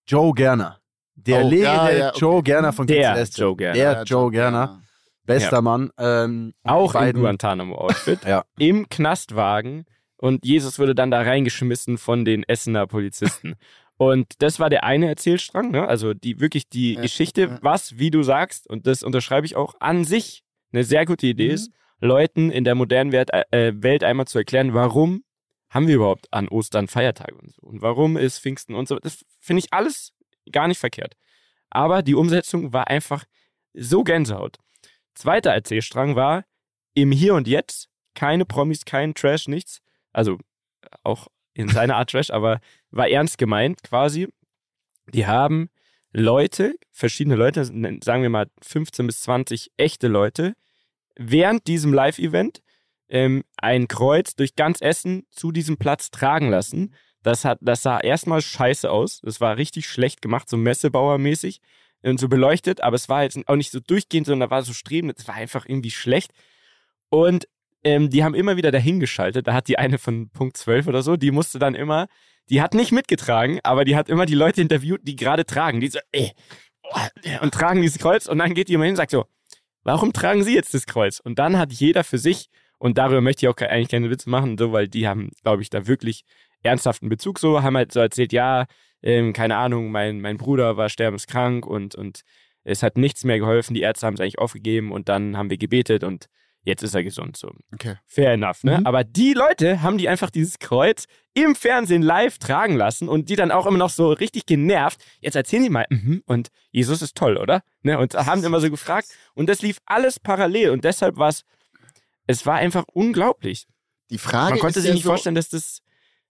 [SPEAKER 3] Joe Gerner. Der
[SPEAKER 1] Oh, ja,
[SPEAKER 3] legendäre
[SPEAKER 1] ja, okay.
[SPEAKER 3] Joe Gerner von
[SPEAKER 2] Der
[SPEAKER 3] KZSZ.
[SPEAKER 2] Joe Gerner.
[SPEAKER 3] Der Joe Gerner. Bester
[SPEAKER 2] Ja.
[SPEAKER 3] Mann. Ähm,
[SPEAKER 2] Auch
[SPEAKER 3] die
[SPEAKER 2] im
[SPEAKER 3] beiden-
[SPEAKER 2] Guantanamo-Outfit.
[SPEAKER 3] Ja.
[SPEAKER 2] Im Knastwagen. Und Jesus wurde dann da reingeschmissen von den Essener Polizisten. Und das war der eine Erzählstrang, ne? also die, wirklich die
[SPEAKER 1] Ja,
[SPEAKER 2] Geschichte,
[SPEAKER 1] ja.
[SPEAKER 2] was, wie du sagst, und das unterschreibe ich auch, an sich eine sehr gute Idee
[SPEAKER 1] Mhm.
[SPEAKER 2] ist, Leuten in der modernen Welt, äh, Welt einmal zu erklären, warum haben wir überhaupt an Ostern Feiertage und so und warum ist Pfingsten und so. Das finde ich alles gar nicht verkehrt. Aber die Umsetzung war einfach so Gänsehaut. Zweiter Erzählstrang war im Hier und Jetzt, keine Promis, kein Trash, nichts. Also auch in seiner Art Trash, aber war ernst gemeint quasi. Die haben Leute, verschiedene Leute, sagen wir mal 15 bis 20 echte Leute, während diesem Live-Event ähm, ein Kreuz durch ganz Essen zu diesem Platz tragen lassen. Das, hat, das sah erstmal scheiße aus. Das war richtig schlecht gemacht, so Messebauermäßig und so beleuchtet, aber es war jetzt auch nicht so durchgehend, sondern da war so strebend. Es war einfach irgendwie schlecht. Und ähm, die haben immer wieder dahin geschaltet. Da hat die eine von Punkt 12 oder so, die musste dann immer, die hat nicht mitgetragen, aber die hat immer die Leute interviewt, die gerade tragen. Die so, ey, oh, und tragen dieses Kreuz. Und dann geht die immer hin und sagt so, warum tragen sie jetzt das Kreuz? Und dann hat jeder für sich Und darüber möchte ich auch ke- eigentlich keine Witze machen, so, weil die haben, glaube ich, da wirklich ernsthaften Bezug so, haben halt so erzählt, ja, ähm, keine Ahnung, mein, mein Bruder war sterbenskrank und, und es hat nichts mehr geholfen, die Ärzte haben es eigentlich aufgegeben und dann haben wir gebetet und jetzt ist er gesund so.
[SPEAKER 1] Okay.
[SPEAKER 2] Fair enough, ne?
[SPEAKER 1] Mhm.
[SPEAKER 2] Aber die Leute haben die einfach dieses Kreuz im Fernsehen live tragen lassen und die dann auch immer noch so richtig genervt. Jetzt erzählen die mal, mhm, und Jesus ist toll, oder? Ne? Und haben immer so gefragt. Und das lief alles parallel und deshalb war es, es war einfach unglaublich.
[SPEAKER 1] Die Frage
[SPEAKER 2] Man konnte
[SPEAKER 1] ist
[SPEAKER 2] sich
[SPEAKER 1] ja
[SPEAKER 2] nicht
[SPEAKER 1] so,
[SPEAKER 2] vorstellen, dass das,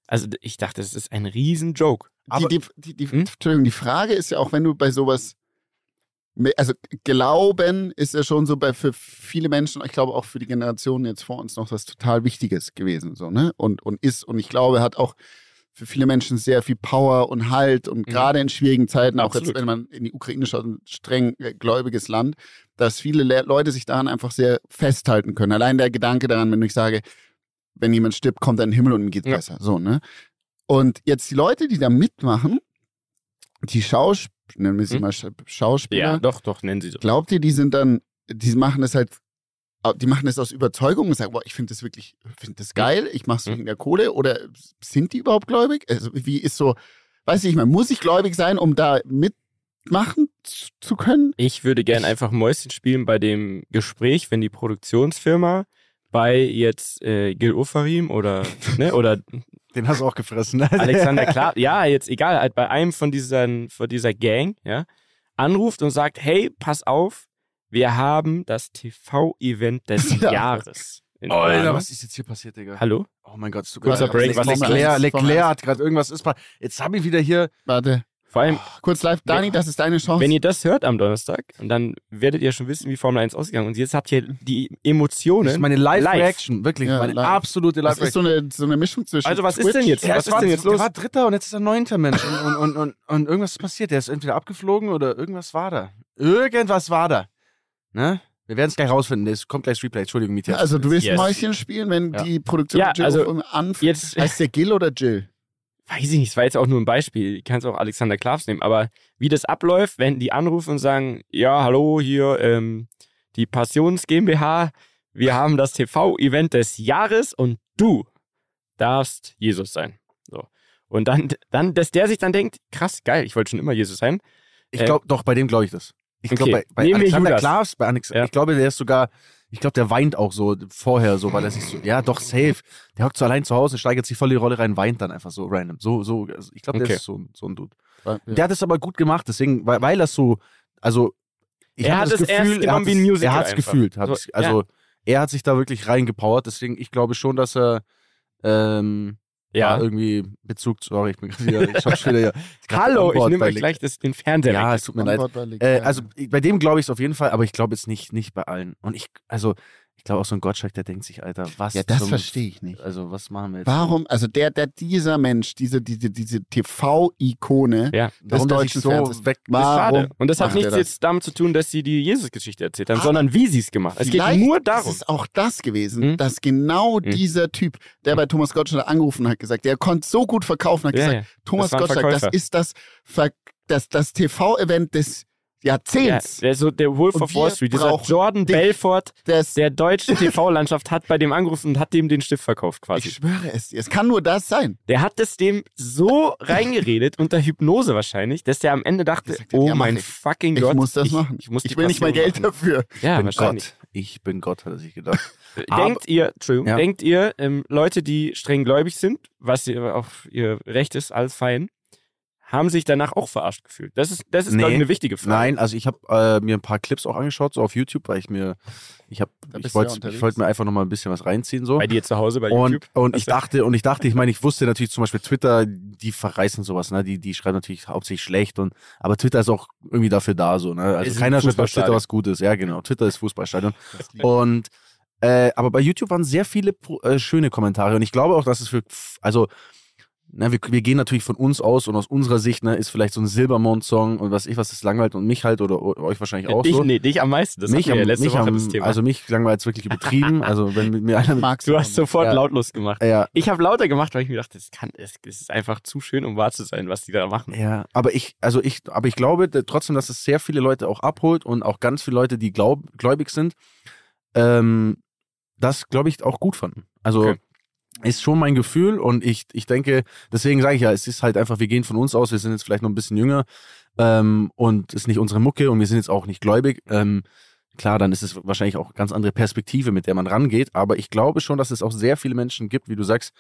[SPEAKER 2] also ich dachte, das ist ein Riesen-Joke.
[SPEAKER 1] Die,
[SPEAKER 3] Aber-
[SPEAKER 1] die, die, die,
[SPEAKER 2] Hm?
[SPEAKER 1] Entschuldigung, die Frage ist ja auch, wenn du bei sowas, me- also Glauben ist ja schon so bei für viele Menschen, ich glaube auch für die Generationen jetzt vor uns noch was total Wichtiges gewesen, so, ne? Und, und ist, und ich glaube, hat auch für viele Menschen sehr viel Power und Halt und gerade in schwierigen Zeiten, auch jetzt,
[SPEAKER 2] Mhm. Absolut.
[SPEAKER 1] wenn man in die Ukraine schaut, ein streng äh, gläubiges Land, dass viele Le Leute sich daran einfach sehr festhalten können. Allein der Gedanke daran, wenn ich sage, wenn jemand stirbt, kommt er in den Himmel und ihm geht's
[SPEAKER 2] Ja.
[SPEAKER 1] besser. So, ne? Und jetzt die Leute, die da mitmachen, die Schauspieler, nennen wir sie
[SPEAKER 2] Hm?
[SPEAKER 1] mal Sch- Schauspieler,
[SPEAKER 2] doch, doch, nennen sie so.
[SPEAKER 1] glaubt ihr, die sind dann, die machen es halt, die machen es aus Überzeugung und sagen, boah, ich finde das wirklich, finde das geil, ich mache es
[SPEAKER 2] Hm?
[SPEAKER 1] wegen der Kohle oder sind die überhaupt gläubig? Also wie ist so, weiß ich mal, muss ich gläubig sein, um da mitmachen zu zu können?
[SPEAKER 2] Ich würde gern einfach Mäuschen spielen bei dem Gespräch, wenn die Produktionsfirma bei jetzt äh, Gil Ofarim oder, (laughs) ne, oder
[SPEAKER 3] Den hast du auch gefressen. (laughs)
[SPEAKER 2] Alexander Klar, ja, jetzt egal, halt bei einem von, diesen, von dieser Gang, ja, anruft und sagt, hey, pass auf, wir haben das TV-Event (laughs) des
[SPEAKER 1] Ja.
[SPEAKER 2] Jahres. in
[SPEAKER 3] Alter,
[SPEAKER 2] Planung.
[SPEAKER 3] was ist jetzt hier passiert, Digga?
[SPEAKER 2] Hallo?
[SPEAKER 3] Oh mein Gott, ist so
[SPEAKER 2] Kurzer
[SPEAKER 3] geil.
[SPEAKER 2] Break, was ist
[SPEAKER 3] Leclerc,
[SPEAKER 1] los?
[SPEAKER 3] Leclerc hat gerade irgendwas. Ist pa- jetzt habe ich wieder hier.
[SPEAKER 1] Warte,
[SPEAKER 2] Vor allem,
[SPEAKER 1] kurz live, Dani, das ist deine Chance.
[SPEAKER 2] wenn ihr das hört am Donnerstag, und dann werdet ihr schon wissen, wie Formel 1 ausgegangen ist. Und jetzt habt ihr die
[SPEAKER 3] Das ist
[SPEAKER 2] Emotionen.
[SPEAKER 3] meine
[SPEAKER 2] live.
[SPEAKER 3] Live-Reaction. Wirklich,
[SPEAKER 1] Ja,
[SPEAKER 3] meine
[SPEAKER 1] live.
[SPEAKER 3] absolute
[SPEAKER 1] das ist so
[SPEAKER 3] Live-Reaction.
[SPEAKER 1] eine, so eine Mischung zwischen
[SPEAKER 2] Also was ist
[SPEAKER 1] Twitch-
[SPEAKER 2] denn jetzt?
[SPEAKER 3] Ja,
[SPEAKER 2] was
[SPEAKER 3] es
[SPEAKER 2] ist
[SPEAKER 3] war-
[SPEAKER 2] denn jetzt
[SPEAKER 3] Der
[SPEAKER 2] los?
[SPEAKER 3] war Dritter und jetzt ist er Neunter, Mensch. Und, und, und, und, und irgendwas ist passiert. Der ist entweder abgeflogen oder irgendwas war da. Irgendwas war da. Ne? Wir werden es gleich rausfinden. Es kommt gleich das Replay. Entschuldigung, Mietja.
[SPEAKER 1] Also du willst
[SPEAKER 2] Yes.
[SPEAKER 1] Mäuschen spielen, wenn
[SPEAKER 3] Ja.
[SPEAKER 1] die Produktion
[SPEAKER 2] Ja,
[SPEAKER 1] mit Jill
[SPEAKER 2] also,
[SPEAKER 1] Ofen anfängt.
[SPEAKER 3] (laughs)
[SPEAKER 2] jetzt- (laughs)
[SPEAKER 1] heißt der Gil oder Jill?
[SPEAKER 2] weiß ich nicht, es war jetzt auch nur ein Beispiel, ich kann es auch Alexander Klavs nehmen, aber wie das abläuft, wenn die anrufen und sagen, ja, hallo, hier ähm, die Passions GmbH, wir haben das TV-Event des Jahres und du darfst Jesus sein. So. Und dann, dann, dass der sich dann denkt, krass, geil, ich wollte schon immer Jesus sein.
[SPEAKER 3] Ich glaube, doch, bei dem glaube ich das. Ich glaube,
[SPEAKER 2] Äh, Okay.
[SPEAKER 3] bei, bei
[SPEAKER 2] Nehmen wir
[SPEAKER 3] Alexander
[SPEAKER 2] Judas.
[SPEAKER 3] Klavs, bei Alex,
[SPEAKER 2] Ja.
[SPEAKER 3] ich glaube, der ist sogar, ich glaube, der weint auch so vorher, so, weil er sich so, ja, doch, safe. Der hockt so allein zu Hause, steigert sich voll die Rolle rein, weint dann einfach so random. So, so, also ich glaube, der
[SPEAKER 2] Okay.
[SPEAKER 3] ist so, ein- so ein Dude.
[SPEAKER 1] Ja.
[SPEAKER 3] Der hat es aber gut gemacht, deswegen, weil, weil er so, also, ich
[SPEAKER 2] Er
[SPEAKER 3] hab
[SPEAKER 2] hat es
[SPEAKER 3] das Gefühl,
[SPEAKER 2] ernst
[SPEAKER 3] er
[SPEAKER 2] genommen
[SPEAKER 3] hat
[SPEAKER 2] wie ein
[SPEAKER 3] es-
[SPEAKER 2] Musical
[SPEAKER 3] Er hat es
[SPEAKER 2] einfach.
[SPEAKER 3] gefühlt. Hat
[SPEAKER 2] So,
[SPEAKER 3] es, also, er hat sich da wirklich reingepowert, deswegen, ich glaube schon, dass er, ähm, da irgendwie Bezug, sorry, ich bin (laughs) gerade wieder, ich hab's wieder, ja.
[SPEAKER 2] (laughs) Hallo, ich
[SPEAKER 3] Antwort
[SPEAKER 2] nehme
[SPEAKER 3] bei
[SPEAKER 2] euch gleich das, den Fernseher weg.
[SPEAKER 3] Ja, es tut mir leid.
[SPEAKER 1] Antwort war legal.
[SPEAKER 3] Äh, also bei dem glaube ich es auf jeden Fall, aber ich glaube jetzt nicht, nicht bei allen. Und ich, also ich glaube auch so ein Gottschalk, der denkt sich, Alter, was?
[SPEAKER 1] ja, das
[SPEAKER 3] zum-
[SPEAKER 1] verstehe ich nicht.
[SPEAKER 3] Also was machen wir jetzt?
[SPEAKER 1] Warum, also der, der, dieser Mensch, diese, diese, diese TV-Ikone,
[SPEAKER 2] Ja.
[SPEAKER 1] des
[SPEAKER 3] Warum der sich
[SPEAKER 1] deutschen Fernsehens.
[SPEAKER 3] so weg?
[SPEAKER 1] Warum
[SPEAKER 2] Schade. Und das hat
[SPEAKER 1] macht er
[SPEAKER 2] nichts jetzt damit zu tun, dass sie die Jesus-Geschichte erzählt haben,
[SPEAKER 1] Ah.
[SPEAKER 2] sondern wie sie es gemacht haben. Es geht
[SPEAKER 1] Vielleicht
[SPEAKER 2] nur darum.
[SPEAKER 1] ist es auch das gewesen,
[SPEAKER 2] Hm?
[SPEAKER 1] dass genau
[SPEAKER 2] Hm?
[SPEAKER 1] dieser Typ, der bei Thomas Gottschalk angerufen hat, gesagt, der konnte so gut verkaufen, hat
[SPEAKER 2] Ja,
[SPEAKER 1] gesagt,
[SPEAKER 2] ja.
[SPEAKER 1] Thomas
[SPEAKER 2] Das war ein
[SPEAKER 1] Gottschalk, das
[SPEAKER 2] Verkäufer.
[SPEAKER 1] ist das, Ver das, das TV-Event des
[SPEAKER 2] Ja,
[SPEAKER 1] Jahrzehnts.
[SPEAKER 2] der, so der Wolf
[SPEAKER 1] Und
[SPEAKER 2] of
[SPEAKER 1] wir
[SPEAKER 2] Wall Street, dieser
[SPEAKER 1] brauchen
[SPEAKER 2] Jordan
[SPEAKER 1] dich.
[SPEAKER 2] Belfort
[SPEAKER 1] Das, (laughs)
[SPEAKER 2] der deutschen TV-Landschaft hat bei dem angerufen und hat dem den Stift verkauft
[SPEAKER 1] ich
[SPEAKER 2] quasi.
[SPEAKER 1] schwöre es dir, es kann nur das sein.
[SPEAKER 2] Der hat es dem so reingeredet, unter Hypnose wahrscheinlich, dass der am Ende dachte,
[SPEAKER 1] Gesagt hat,
[SPEAKER 2] oh
[SPEAKER 1] ja, mach
[SPEAKER 2] mein
[SPEAKER 1] ich.
[SPEAKER 2] fucking
[SPEAKER 1] Ich
[SPEAKER 2] Gott.
[SPEAKER 1] muss das machen.
[SPEAKER 2] Ich, muss die
[SPEAKER 1] will nicht mal
[SPEAKER 2] Passion
[SPEAKER 1] Geld Oh
[SPEAKER 2] machen. (laughs)
[SPEAKER 1] dafür.
[SPEAKER 2] Ja,
[SPEAKER 3] Ich bin
[SPEAKER 2] wahrscheinlich.
[SPEAKER 3] Gott. Ich bin Gott, hat er sich (laughs) gedacht. Aber-
[SPEAKER 2] Denkt ihr, Entschuldigung,
[SPEAKER 3] Ja.
[SPEAKER 2] denkt ihr, ähm, Leute, die streng gläubig sind, was ihr, auf ihr Recht ist, alles fein, haben sich danach auch verarscht gefühlt? Das ist, das ist
[SPEAKER 3] Nee.
[SPEAKER 2] glaube ich, eine wichtige Frage.
[SPEAKER 3] Nein, also ich habe äh, mir ein paar Clips auch angeschaut, so auf YouTube, weil ich mir, ich habe,
[SPEAKER 1] Da bist
[SPEAKER 3] ich
[SPEAKER 1] du ja
[SPEAKER 3] wollte ich
[SPEAKER 1] unterwegs.
[SPEAKER 3] wollte mir einfach nochmal ein bisschen was reinziehen so.
[SPEAKER 2] Bei dir zu Hause, bei
[SPEAKER 3] Und,
[SPEAKER 2] YouTube.
[SPEAKER 3] und ich
[SPEAKER 2] Also-
[SPEAKER 3] dachte, und ich dachte, ich meine, ich wusste natürlich zum Beispiel Twitter, die verreißen sowas, ne? Die, die schreiben natürlich hauptsächlich schlecht und aber Twitter ist auch irgendwie dafür da, so, ne?
[SPEAKER 2] Ist
[SPEAKER 3] Also
[SPEAKER 2] ein
[SPEAKER 3] keiner schreibt bei Twitter
[SPEAKER 2] Fußballstadion.
[SPEAKER 3] was Gutes, ja genau. Twitter ist
[SPEAKER 2] (laughs)
[SPEAKER 3] Fußballstadion. Und äh, aber bei YouTube waren sehr viele pro- äh, schöne Kommentare und ich glaube auch, dass es für also na, wir, wir gehen natürlich von uns aus und aus unserer Sicht ne, ist vielleicht so ein Silbermond-Song und was ich was, das langweilt und mich halt oder, o- euch wahrscheinlich auch
[SPEAKER 2] dich,
[SPEAKER 3] so.
[SPEAKER 2] nee, dich am meisten. Das
[SPEAKER 3] mich
[SPEAKER 2] hatten wir ja letzte
[SPEAKER 3] mich
[SPEAKER 2] Woche das Thema.
[SPEAKER 3] also mich langweilt es wirklich
[SPEAKER 2] (laughs)
[SPEAKER 3] übertrieben. also wenn mit mir einer mit,
[SPEAKER 1] Magst
[SPEAKER 2] du hast sofort
[SPEAKER 3] Ja.
[SPEAKER 2] lautlos gemacht.
[SPEAKER 3] ja,
[SPEAKER 2] Ich habe lauter gemacht, weil ich mir dachte, das kann, es es ist einfach zu schön, um wahr zu sein, was die da machen.
[SPEAKER 3] Ja, aber ich, also ich, aber ich glaube da- trotzdem, dass es sehr viele Leute auch abholt und auch ganz viele Leute, die glaub, gläubig sind, ähm, das, glaube ich, auch gut fanden. Also
[SPEAKER 2] Okay.
[SPEAKER 3] ist schon mein Gefühl und ich, ich denke, deswegen sage ich ja, es ist halt einfach, wir gehen von uns aus, wir sind jetzt vielleicht noch ein bisschen jünger ähm, und ist nicht unsere Mucke und wir sind jetzt auch nicht gläubig. Ähm, klar, dann ist es wahrscheinlich auch ganz andere Perspektive, mit der man rangeht, aber ich glaube schon, dass es auch sehr viele Menschen gibt, wie du sagst,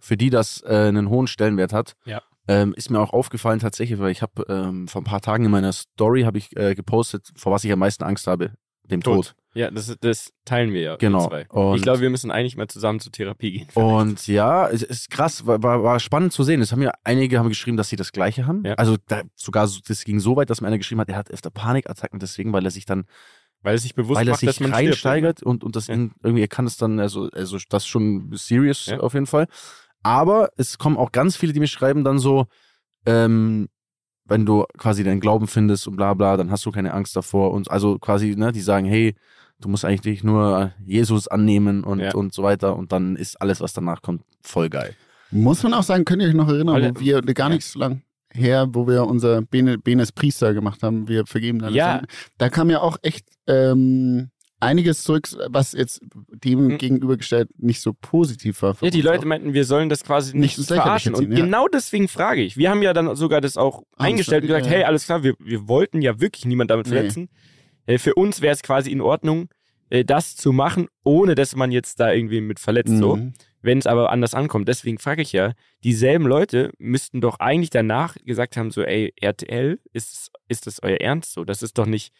[SPEAKER 3] für die das äh, einen hohen Stellenwert hat.
[SPEAKER 2] Ja.
[SPEAKER 3] Ähm, ist mir auch aufgefallen tatsächlich, weil ich habe ähm, vor ein paar Tagen in meiner Story habe ich äh, gepostet, vor was ich am meisten Angst habe, dem
[SPEAKER 2] Tod.
[SPEAKER 3] Tod.
[SPEAKER 2] Ja, das, das teilen wir ja. wir
[SPEAKER 3] Genau.
[SPEAKER 2] Zwei. Ich
[SPEAKER 3] Und-
[SPEAKER 2] glaube, wir müssen eigentlich mal zusammen zur Therapie gehen.
[SPEAKER 3] Und ja, es ist krass, war, war, war spannend zu sehen. Es haben ja einige haben geschrieben, dass sie das Gleiche haben.
[SPEAKER 2] Ja.
[SPEAKER 3] Also da, sogar so, das ging so weit, dass mir einer geschrieben hat, er hat öfter Panikattacken, deswegen, weil er sich dann,
[SPEAKER 2] weil es sich bewusst
[SPEAKER 3] weil er
[SPEAKER 2] macht,
[SPEAKER 3] sich
[SPEAKER 2] dass man
[SPEAKER 3] reinsteigert und, und das
[SPEAKER 2] Ja.
[SPEAKER 3] in, irgendwie, er kann es dann, also, also das ist schon serious
[SPEAKER 2] Ja.
[SPEAKER 3] auf jeden Fall. Aber es kommen auch ganz viele, die mir schreiben dann so, ähm, wenn du quasi deinen Glauben findest und bla bla, dann hast du keine Angst davor. Und also quasi, ne, die sagen, hey, du musst eigentlich dich nur Jesus annehmen und,
[SPEAKER 2] Ja.
[SPEAKER 3] und so weiter. Und dann ist alles, was danach kommt, voll geil.
[SPEAKER 1] Muss man auch sagen, könnt ihr euch noch erinnern,
[SPEAKER 2] Alle-
[SPEAKER 1] wo wir gar
[SPEAKER 2] Ja.
[SPEAKER 1] nicht so lang her, wo wir unser Bene, Benes Priester gemacht haben, wir vergeben dann.
[SPEAKER 2] Ja.
[SPEAKER 1] Da kam ja auch echt ähm, einiges zurück, was jetzt dem
[SPEAKER 2] Mhm.
[SPEAKER 1] gegenübergestellt nicht so positiv war. für
[SPEAKER 2] Ja, die
[SPEAKER 1] uns
[SPEAKER 2] Leute
[SPEAKER 1] auch.
[SPEAKER 2] meinten, wir sollen das quasi
[SPEAKER 1] Nicht
[SPEAKER 2] nicht,
[SPEAKER 1] ins Lächerliche
[SPEAKER 2] verarschen.
[SPEAKER 1] ziehen,
[SPEAKER 2] und
[SPEAKER 1] ja.
[SPEAKER 2] genau deswegen frage ich. Wir haben ja dann sogar das auch eingestellt und gesagt,
[SPEAKER 1] ja, ja.
[SPEAKER 2] hey, alles klar, wir, wir wollten ja wirklich niemand damit
[SPEAKER 1] Nee.
[SPEAKER 2] verletzen. Äh, für uns wäre es quasi in Ordnung, äh, das zu machen, ohne dass man jetzt da irgendwie mit verletzt. So.
[SPEAKER 1] Mhm.
[SPEAKER 2] wenn es aber anders ankommt. Deswegen frage ich ja, dieselben Leute müssten doch eigentlich danach gesagt haben, so, ey, RTL, ist, ist das euer Ernst so? Das ist doch nicht,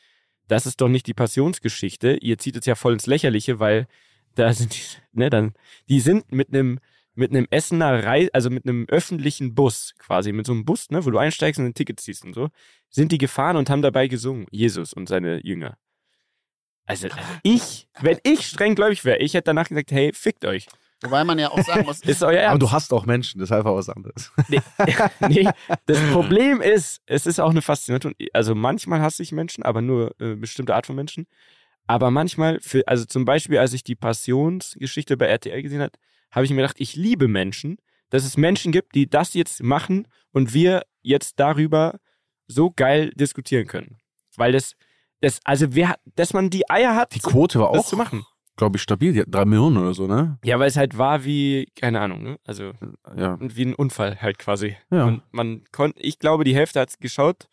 [SPEAKER 2] das ist doch nicht die Passionsgeschichte. Ihr zieht es ja voll ins Lächerliche, weil da sind die, ne, dann, die sind mit einem, mit einem Essener Reis, also mit einem öffentlichen Bus quasi, mit so einem Bus, ne, wo du einsteigst und ein Ticket ziehst und so, sind die gefahren und haben dabei gesungen, Jesus und seine Jünger. Also, also ich, wenn ich streng gläubig wäre, ich hätte danach gesagt, hey, fickt euch.
[SPEAKER 1] Wobei man ja auch sagen muss,
[SPEAKER 2] (laughs) Ist euer
[SPEAKER 3] Aber
[SPEAKER 2] Ernst?
[SPEAKER 3] du hast auch Menschen, deshalb war
[SPEAKER 2] (laughs)
[SPEAKER 3] was anderes.
[SPEAKER 2] nee,
[SPEAKER 3] (laughs)
[SPEAKER 2] das Problem ist, es ist auch eine Faszination. Also manchmal hasse ich Menschen, aber nur äh, bestimmte Art von Menschen. Aber manchmal, für, also zum Beispiel, als ich die Passionsgeschichte bei RTL gesehen habe, habe ich mir gedacht, ich liebe Menschen, dass es Menschen gibt, die das jetzt machen und wir jetzt darüber so geil diskutieren können. Weil das, das also wer, dass man die Eier hat,
[SPEAKER 3] Die Quote war
[SPEAKER 2] das
[SPEAKER 3] auch,
[SPEAKER 2] zu machen.
[SPEAKER 3] glaube ich, stabil. Die hat drei Millionen oder so, ne?
[SPEAKER 2] Ja, weil es halt war wie, keine Ahnung, ne? Also
[SPEAKER 3] Ja.
[SPEAKER 2] wie ein Unfall halt quasi.
[SPEAKER 3] Ja.
[SPEAKER 2] Und man konnte, ich glaube, die Hälfte hat es geschaut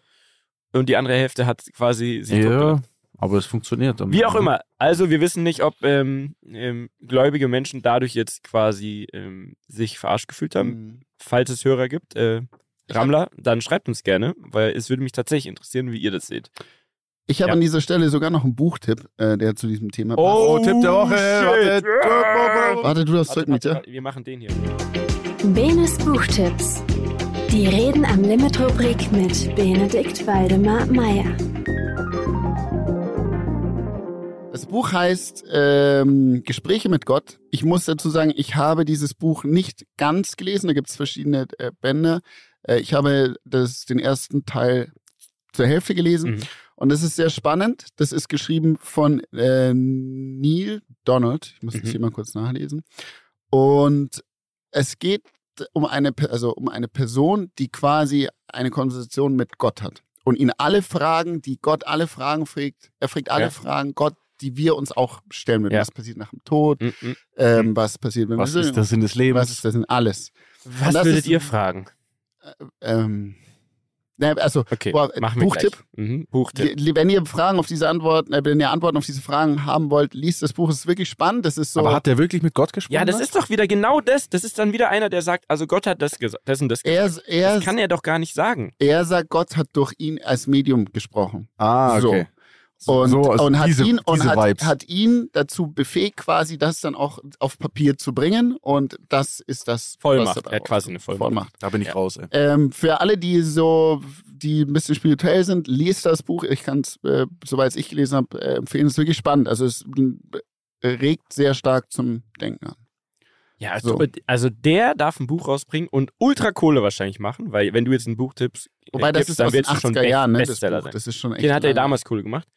[SPEAKER 2] und die andere Hälfte hat quasi sich
[SPEAKER 3] ja
[SPEAKER 2] totgelacht.
[SPEAKER 3] aber es funktioniert.
[SPEAKER 2] Wie auch immer. Also wir wissen nicht, ob ähm, ähm, gläubige Menschen dadurch jetzt quasi ähm, sich verarscht gefühlt haben.
[SPEAKER 1] Mhm.
[SPEAKER 2] Falls es Hörer gibt, äh, Rammler, dann schreibt uns gerne, weil es würde mich tatsächlich interessieren, wie ihr das seht.
[SPEAKER 1] ich habe
[SPEAKER 2] Ja.
[SPEAKER 1] an dieser Stelle sogar noch einen Buchtipp, äh, der zu diesem Thema
[SPEAKER 3] Oh, Tipp der Woche.
[SPEAKER 2] shit.
[SPEAKER 1] passt. Warte, du darfst Zeug mit, ja?
[SPEAKER 2] Wir machen den hier.
[SPEAKER 4] Benes Buchtipps. Die Reden am Limit Rubrik mit Benedikt Waldemar Meyer.
[SPEAKER 1] Das Buch heißt ähm, Gespräche mit Gott. Ich muss dazu sagen, ich habe dieses Buch nicht ganz gelesen. Da gibt es verschiedene äh, Bände. Äh, ich habe das, den ersten Teil zur Hälfte gelesen.
[SPEAKER 2] Mhm.
[SPEAKER 1] Und das ist sehr spannend. Das ist geschrieben von äh, Neil Donald. Ich muss das
[SPEAKER 2] Mhm.
[SPEAKER 1] hier mal kurz nachlesen. Und es geht um eine, Pe- also um eine Person, die quasi eine Konversation mit Gott hat. Und ihn alle Fragen, die Gott alle Fragen fragt, er fragt alle
[SPEAKER 2] Ja.
[SPEAKER 1] Fragen Gott, die wir uns auch stellen würden.
[SPEAKER 2] Ja.
[SPEAKER 1] Was passiert nach dem Tod?
[SPEAKER 2] Mm,
[SPEAKER 3] Mhm.
[SPEAKER 2] mm.
[SPEAKER 1] Ähm, was passiert, wenn
[SPEAKER 3] Was
[SPEAKER 1] wir
[SPEAKER 3] ist das Sinn des Lebens?
[SPEAKER 1] Was ist das denn alles?
[SPEAKER 2] Was
[SPEAKER 1] das
[SPEAKER 2] würdet
[SPEAKER 1] ist-
[SPEAKER 2] ihr fragen?
[SPEAKER 1] Ähm, na, also,
[SPEAKER 2] Okay,
[SPEAKER 1] Boah, äh,
[SPEAKER 2] machen wir
[SPEAKER 1] Buchtipp?
[SPEAKER 2] gleich. Mhm, Buchtipp.
[SPEAKER 1] li- wenn ihr Fragen auf diese Antworten, äh, wenn ihr Antworten auf diese Fragen haben wollt, liest das Buch. Es ist wirklich spannend. Das ist so.
[SPEAKER 3] Aber hat der wirklich mit Gott gesprochen?
[SPEAKER 2] Ja, das ist doch wieder genau das. Das ist dann wieder einer, der sagt, also Gott hat das gesagt, das und das gesagt.
[SPEAKER 1] er, er,
[SPEAKER 2] Das kann er doch gar nicht sagen.
[SPEAKER 1] er sagt, Gott hat durch ihn als Medium gesprochen.
[SPEAKER 3] Ah, okay.
[SPEAKER 1] So. Und,
[SPEAKER 3] So, also
[SPEAKER 1] und, hat,
[SPEAKER 3] diese-
[SPEAKER 1] ihn, und
[SPEAKER 3] diese
[SPEAKER 1] hat,
[SPEAKER 3] Vibes.
[SPEAKER 1] hat ihn dazu befähigt, quasi das dann auch auf Papier zu bringen. Und das ist das. was
[SPEAKER 2] Vollmacht.
[SPEAKER 1] dabei
[SPEAKER 2] Er hat quasi eine
[SPEAKER 1] rauskommt.
[SPEAKER 2] Vollmacht.
[SPEAKER 3] Da bin ich
[SPEAKER 2] Ja.
[SPEAKER 3] raus, ey.
[SPEAKER 1] Ähm, für alle, die so, die ein bisschen spirituell sind, lest das Buch. Ich kann es, äh, soweit ich gelesen habe, äh, empfehlen. Es ist wirklich spannend. Also es äh, regt sehr stark zum Denken an.
[SPEAKER 2] Ja, also,
[SPEAKER 1] So.
[SPEAKER 2] also der darf ein Buch rausbringen und ultra Kohle wahrscheinlich machen, weil wenn du jetzt ein Buch tippst,
[SPEAKER 1] Wobei das ist aus den
[SPEAKER 2] Äh, wird's
[SPEAKER 1] 80er Jahren, ne? Das,
[SPEAKER 2] Bestseller
[SPEAKER 1] Buch,
[SPEAKER 2] sein.
[SPEAKER 1] das ist schon echt.
[SPEAKER 2] den hat er
[SPEAKER 1] lange.
[SPEAKER 2] damals Kohle gemacht.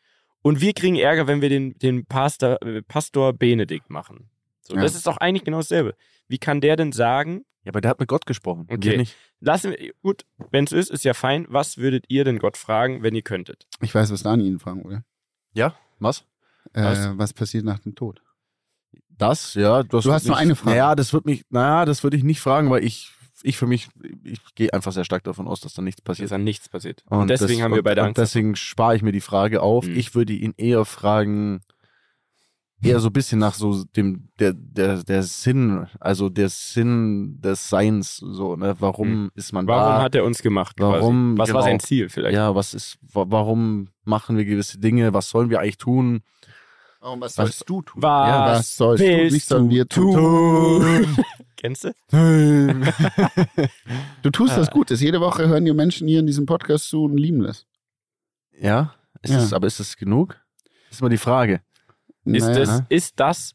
[SPEAKER 2] Und wir kriegen Ärger, wenn wir den, den Pastor, äh, Pastor Benedikt machen. So,
[SPEAKER 1] Ja.
[SPEAKER 2] Das ist doch eigentlich genau dasselbe. Wie kann der denn sagen,
[SPEAKER 3] Ja, aber der hat mit Gott gesprochen. Wir
[SPEAKER 2] Okay.
[SPEAKER 3] Nicht.
[SPEAKER 2] lassen wir, gut, wenn es ist, ist ja fein, was würdet ihr denn Gott fragen, wenn ihr könntet?
[SPEAKER 1] Ich weiß, was Dani ihn fragen würde.
[SPEAKER 3] Ja, was?
[SPEAKER 1] Äh,
[SPEAKER 2] Was?
[SPEAKER 1] was passiert nach dem Tod?
[SPEAKER 3] Das, ja. Das
[SPEAKER 1] Du
[SPEAKER 3] wird
[SPEAKER 1] hast nur
[SPEAKER 3] mich-
[SPEAKER 1] eine Frage.
[SPEAKER 3] Naja, das wird mich, naja, das würde ich nicht fragen, weil ich, ich für mich, ich gehe einfach sehr stark davon aus, dass da nichts
[SPEAKER 2] Hier ist
[SPEAKER 3] passiert.
[SPEAKER 2] an nichts passiert. Und, deswegen
[SPEAKER 3] das-
[SPEAKER 2] haben wir
[SPEAKER 3] und-
[SPEAKER 2] beide
[SPEAKER 3] und
[SPEAKER 2] Angst.
[SPEAKER 3] Deswegen spare ich mir die Frage auf.
[SPEAKER 2] Mhm.
[SPEAKER 3] Ich würde ihn eher fragen, eher so ein bisschen nach so dem, der, der, der Sinn, also der Sinn des Seins, so, ne? Warum ist man
[SPEAKER 2] Mhm. warum
[SPEAKER 3] da?
[SPEAKER 2] hat er uns gemacht?
[SPEAKER 3] Warum,
[SPEAKER 2] Quasi? Was war
[SPEAKER 3] genau.
[SPEAKER 2] sein Ziel vielleicht?
[SPEAKER 3] ja, was ist, wa- warum machen wir gewisse Dinge? Was sollen wir eigentlich tun?
[SPEAKER 1] Warum, was
[SPEAKER 3] Oh, Was-
[SPEAKER 1] sollst du tun?
[SPEAKER 2] Was,
[SPEAKER 1] was sollst du?
[SPEAKER 2] willst
[SPEAKER 1] Nicht sollen wir tun. (laughs)
[SPEAKER 2] Kennst du?
[SPEAKER 1] Du tust
[SPEAKER 2] Äh.
[SPEAKER 1] was Gutes. Jede Woche hören dir Menschen hier in diesem Podcast zu und lieben das.
[SPEAKER 3] ja, ist
[SPEAKER 1] Ja.
[SPEAKER 3] Es, aber ist das genug? Das ist mal die Frage.
[SPEAKER 2] Ist,
[SPEAKER 1] Naja,
[SPEAKER 2] das, ist das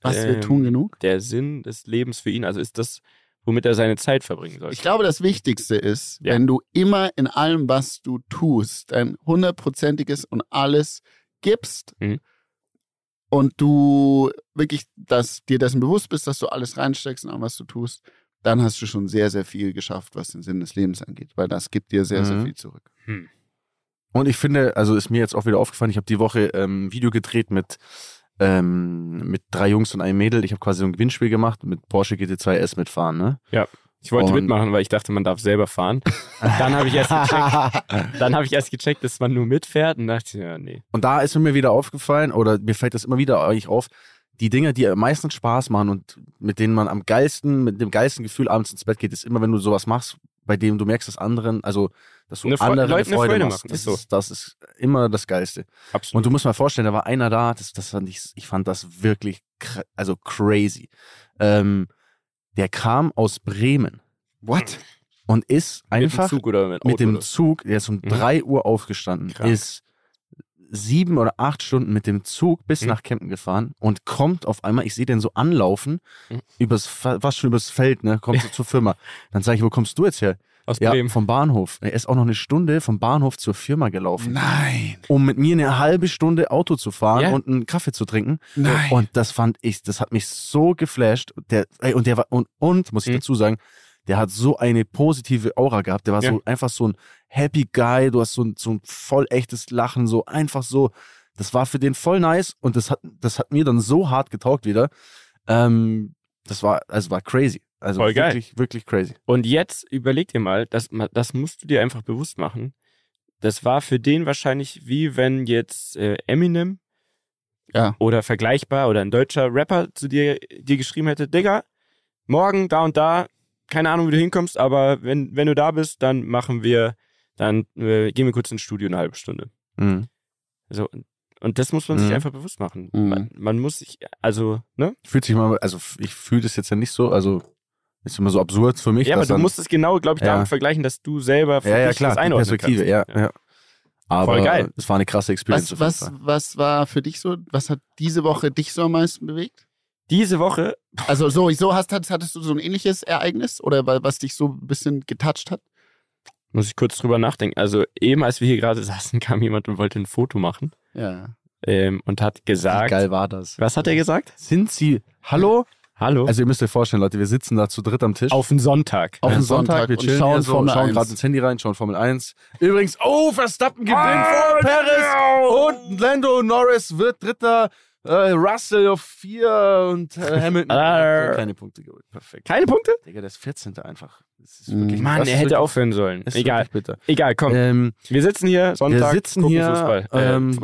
[SPEAKER 1] was wir
[SPEAKER 2] ähm,
[SPEAKER 1] tun genug?
[SPEAKER 2] der Sinn des Lebens für ihn? Also ist das, womit er seine Zeit verbringen soll?
[SPEAKER 1] Ich glaube, das Wichtigste ist,
[SPEAKER 2] Ja.
[SPEAKER 1] wenn du immer in allem, was du tust, dein hundertprozentiges und alles gibst
[SPEAKER 2] Mhm.
[SPEAKER 1] und du wirklich dass dir dessen bewusst bist, dass du alles reinsteckst in allem, was du tust, dann hast du schon sehr, sehr viel geschafft, was den Sinn des Lebens angeht, weil das gibt dir sehr, sehr
[SPEAKER 3] Mhm.
[SPEAKER 1] viel zurück.
[SPEAKER 3] Und ich finde, also ist mir jetzt auch wieder aufgefallen, ich habe die Woche ähm, ein Video gedreht mit, ähm, mit drei Jungs und einem Mädel. Ich habe quasi so ein Gewinnspiel gemacht mit Porsche GT2 S mitfahren,
[SPEAKER 2] (laughs)
[SPEAKER 3] ne?
[SPEAKER 2] Ich wollte
[SPEAKER 3] Und-
[SPEAKER 2] mitmachen, weil ich dachte, man darf selber
[SPEAKER 3] (laughs)
[SPEAKER 2] fahren. Dann habe ich erst gecheckt, dann habe ich erst gecheckt, dass man nur mitfährt und dachte, ja, nee.
[SPEAKER 3] Und da ist mir wieder aufgefallen, oder mir fällt das immer wieder eigentlich auf, die Dinge, die am meisten Spaß machen und mit denen man am geilsten, mit dem geilsten Gefühl abends ins Bett geht, ist immer, wenn du sowas machst, bei dem du merkst, dass anderen, also dass du
[SPEAKER 2] Eine Fre-
[SPEAKER 3] anderen
[SPEAKER 2] Leuten eine
[SPEAKER 3] Freude,
[SPEAKER 2] Freude
[SPEAKER 3] machst.
[SPEAKER 2] machen,
[SPEAKER 3] Das,
[SPEAKER 2] ist so.
[SPEAKER 3] ist, das ist immer das Geilste. Und
[SPEAKER 2] Absolut.
[SPEAKER 3] du musst mal vorstellen, da war einer da, das, das fand ich, ich fand das wirklich, kr- also crazy. Ähm, der kam aus Bremen
[SPEAKER 1] What?
[SPEAKER 3] und ist
[SPEAKER 2] mit
[SPEAKER 3] einfach
[SPEAKER 2] dem Zug oder mit,
[SPEAKER 3] mit
[SPEAKER 2] Auto
[SPEAKER 3] dem
[SPEAKER 2] oder so.
[SPEAKER 3] Zug, der ist um
[SPEAKER 2] Mhm.
[SPEAKER 3] 3 Uhr aufgestanden,
[SPEAKER 2] Krank.
[SPEAKER 3] ist sieben oder acht Stunden mit dem Zug bis
[SPEAKER 2] Mhm.
[SPEAKER 3] nach Kempten gefahren und kommt auf einmal, ich sehe den so anlaufen,
[SPEAKER 2] Mhm.
[SPEAKER 3] übers, fa- fast schon übers Feld, ne, kommt
[SPEAKER 2] (laughs)
[SPEAKER 3] so zur Firma. Dann sage ich, wo kommst du jetzt her?
[SPEAKER 2] aus
[SPEAKER 3] Ja,
[SPEAKER 2] Bremen.
[SPEAKER 3] vom Bahnhof. Er ist auch noch eine Stunde vom Bahnhof zur Firma gelaufen,
[SPEAKER 1] Oh, Nein,
[SPEAKER 3] um mit mir eine halbe Stunde Auto zu fahren
[SPEAKER 2] Ja.
[SPEAKER 3] und einen Kaffee zu trinken.
[SPEAKER 1] nein.
[SPEAKER 3] Und das fand ich, das hat mich so geflasht. Und Der, ey, und der war, und, und muss ich
[SPEAKER 2] Mhm.
[SPEAKER 3] dazu sagen, der hat so eine positive Aura gehabt. Der war
[SPEAKER 2] Ja.
[SPEAKER 3] so einfach so ein Happy Guy. Du hast so ein, so ein voll echtes Lachen, so einfach so. Das war für den voll nice und das hat, das hat mir dann so hart getaugt wieder. Ähm, das war, also war crazy. Also
[SPEAKER 2] Voll geil.
[SPEAKER 3] wirklich, wirklich crazy.
[SPEAKER 2] Und jetzt überleg dir mal, das, das musst du dir einfach bewusst machen. Das war für den wahrscheinlich wie wenn jetzt äh, Eminem
[SPEAKER 1] Ja.
[SPEAKER 2] oder vergleichbar oder ein deutscher Rapper zu dir, dir geschrieben hätte, Digga, morgen da und da, keine Ahnung, wie du hinkommst, aber wenn, wenn du da bist, dann machen wir, dann äh, gehen wir kurz ins Studio eine halbe Stunde.
[SPEAKER 3] Mhm.
[SPEAKER 2] So, und das muss man sich
[SPEAKER 3] Mhm.
[SPEAKER 2] einfach bewusst machen.
[SPEAKER 1] Mhm.
[SPEAKER 2] Man, man muss sich, also, ne?
[SPEAKER 3] Fühlt sich mal, also ich fühle das jetzt ja nicht so, also ist immer so absurd für mich.
[SPEAKER 2] ja, aber
[SPEAKER 3] dass
[SPEAKER 2] du
[SPEAKER 3] dann-
[SPEAKER 2] musst es genau, glaube ich,
[SPEAKER 3] Ja.
[SPEAKER 2] damit vergleichen, dass du selber für
[SPEAKER 3] ja, ja,
[SPEAKER 2] dich
[SPEAKER 3] klar,
[SPEAKER 2] das
[SPEAKER 3] die
[SPEAKER 2] einordnen
[SPEAKER 3] Perspektive, ja,
[SPEAKER 2] kannst.
[SPEAKER 3] ja. Aber
[SPEAKER 2] Voll geil.
[SPEAKER 3] es war eine krasse Experience.
[SPEAKER 1] Was,
[SPEAKER 3] auf jeden
[SPEAKER 1] was,
[SPEAKER 3] Fall.
[SPEAKER 1] was war für dich so, was hat diese Woche dich so am meisten bewegt?
[SPEAKER 2] Diese Woche
[SPEAKER 1] Also so, so hast, hattest, hattest du so ein ähnliches Ereignis oder wa- was dich so ein bisschen getoucht hat?
[SPEAKER 2] Muss ich kurz drüber nachdenken. Also eben, als wir hier gerade saßen, (laughs) kam jemand und wollte ein Foto machen
[SPEAKER 1] Ja.
[SPEAKER 2] ähm, und hat
[SPEAKER 3] Wie
[SPEAKER 2] gesagt,
[SPEAKER 3] geil war das?
[SPEAKER 2] was hat er gesagt?
[SPEAKER 3] Sind Sie, hallo?
[SPEAKER 2] Hallo.
[SPEAKER 3] Also ihr müsst euch vorstellen, Leute, wir sitzen da zu dritt am Tisch.
[SPEAKER 2] auf den Sonntag.
[SPEAKER 1] Auf
[SPEAKER 2] (laughs)
[SPEAKER 3] Am
[SPEAKER 1] den Sonntag
[SPEAKER 3] wir
[SPEAKER 1] und
[SPEAKER 3] chillen
[SPEAKER 1] schauen
[SPEAKER 3] hier so,
[SPEAKER 1] Formel
[SPEAKER 3] schauen
[SPEAKER 1] 1.
[SPEAKER 3] gerade ins Handy rein, schauen Formel 1. Übrigens, oh, Verstappen gewinnt
[SPEAKER 2] Ah!
[SPEAKER 3] vor Paris und Lando Norris wird Dritter, äh, Russell auf vier und äh, Hamilton
[SPEAKER 2] Arr.
[SPEAKER 3] hat keine Punkte geholt. Perfekt.
[SPEAKER 2] Keine Punkte?
[SPEAKER 3] Digga, der ist 14. einfach. Das ist
[SPEAKER 1] Mhm.
[SPEAKER 3] wirklich,
[SPEAKER 2] Mann,
[SPEAKER 3] das
[SPEAKER 2] er
[SPEAKER 3] ist
[SPEAKER 2] hätte
[SPEAKER 3] wirklich,
[SPEAKER 2] aufhören sollen.
[SPEAKER 3] das ist
[SPEAKER 2] Egal,
[SPEAKER 3] wirklich bitter.
[SPEAKER 2] egal, komm.
[SPEAKER 3] Ähm,
[SPEAKER 2] wir sitzen hier Sonntag, äh,
[SPEAKER 3] sitzen
[SPEAKER 2] gucken
[SPEAKER 3] hier,
[SPEAKER 2] Fußball.
[SPEAKER 3] ähm,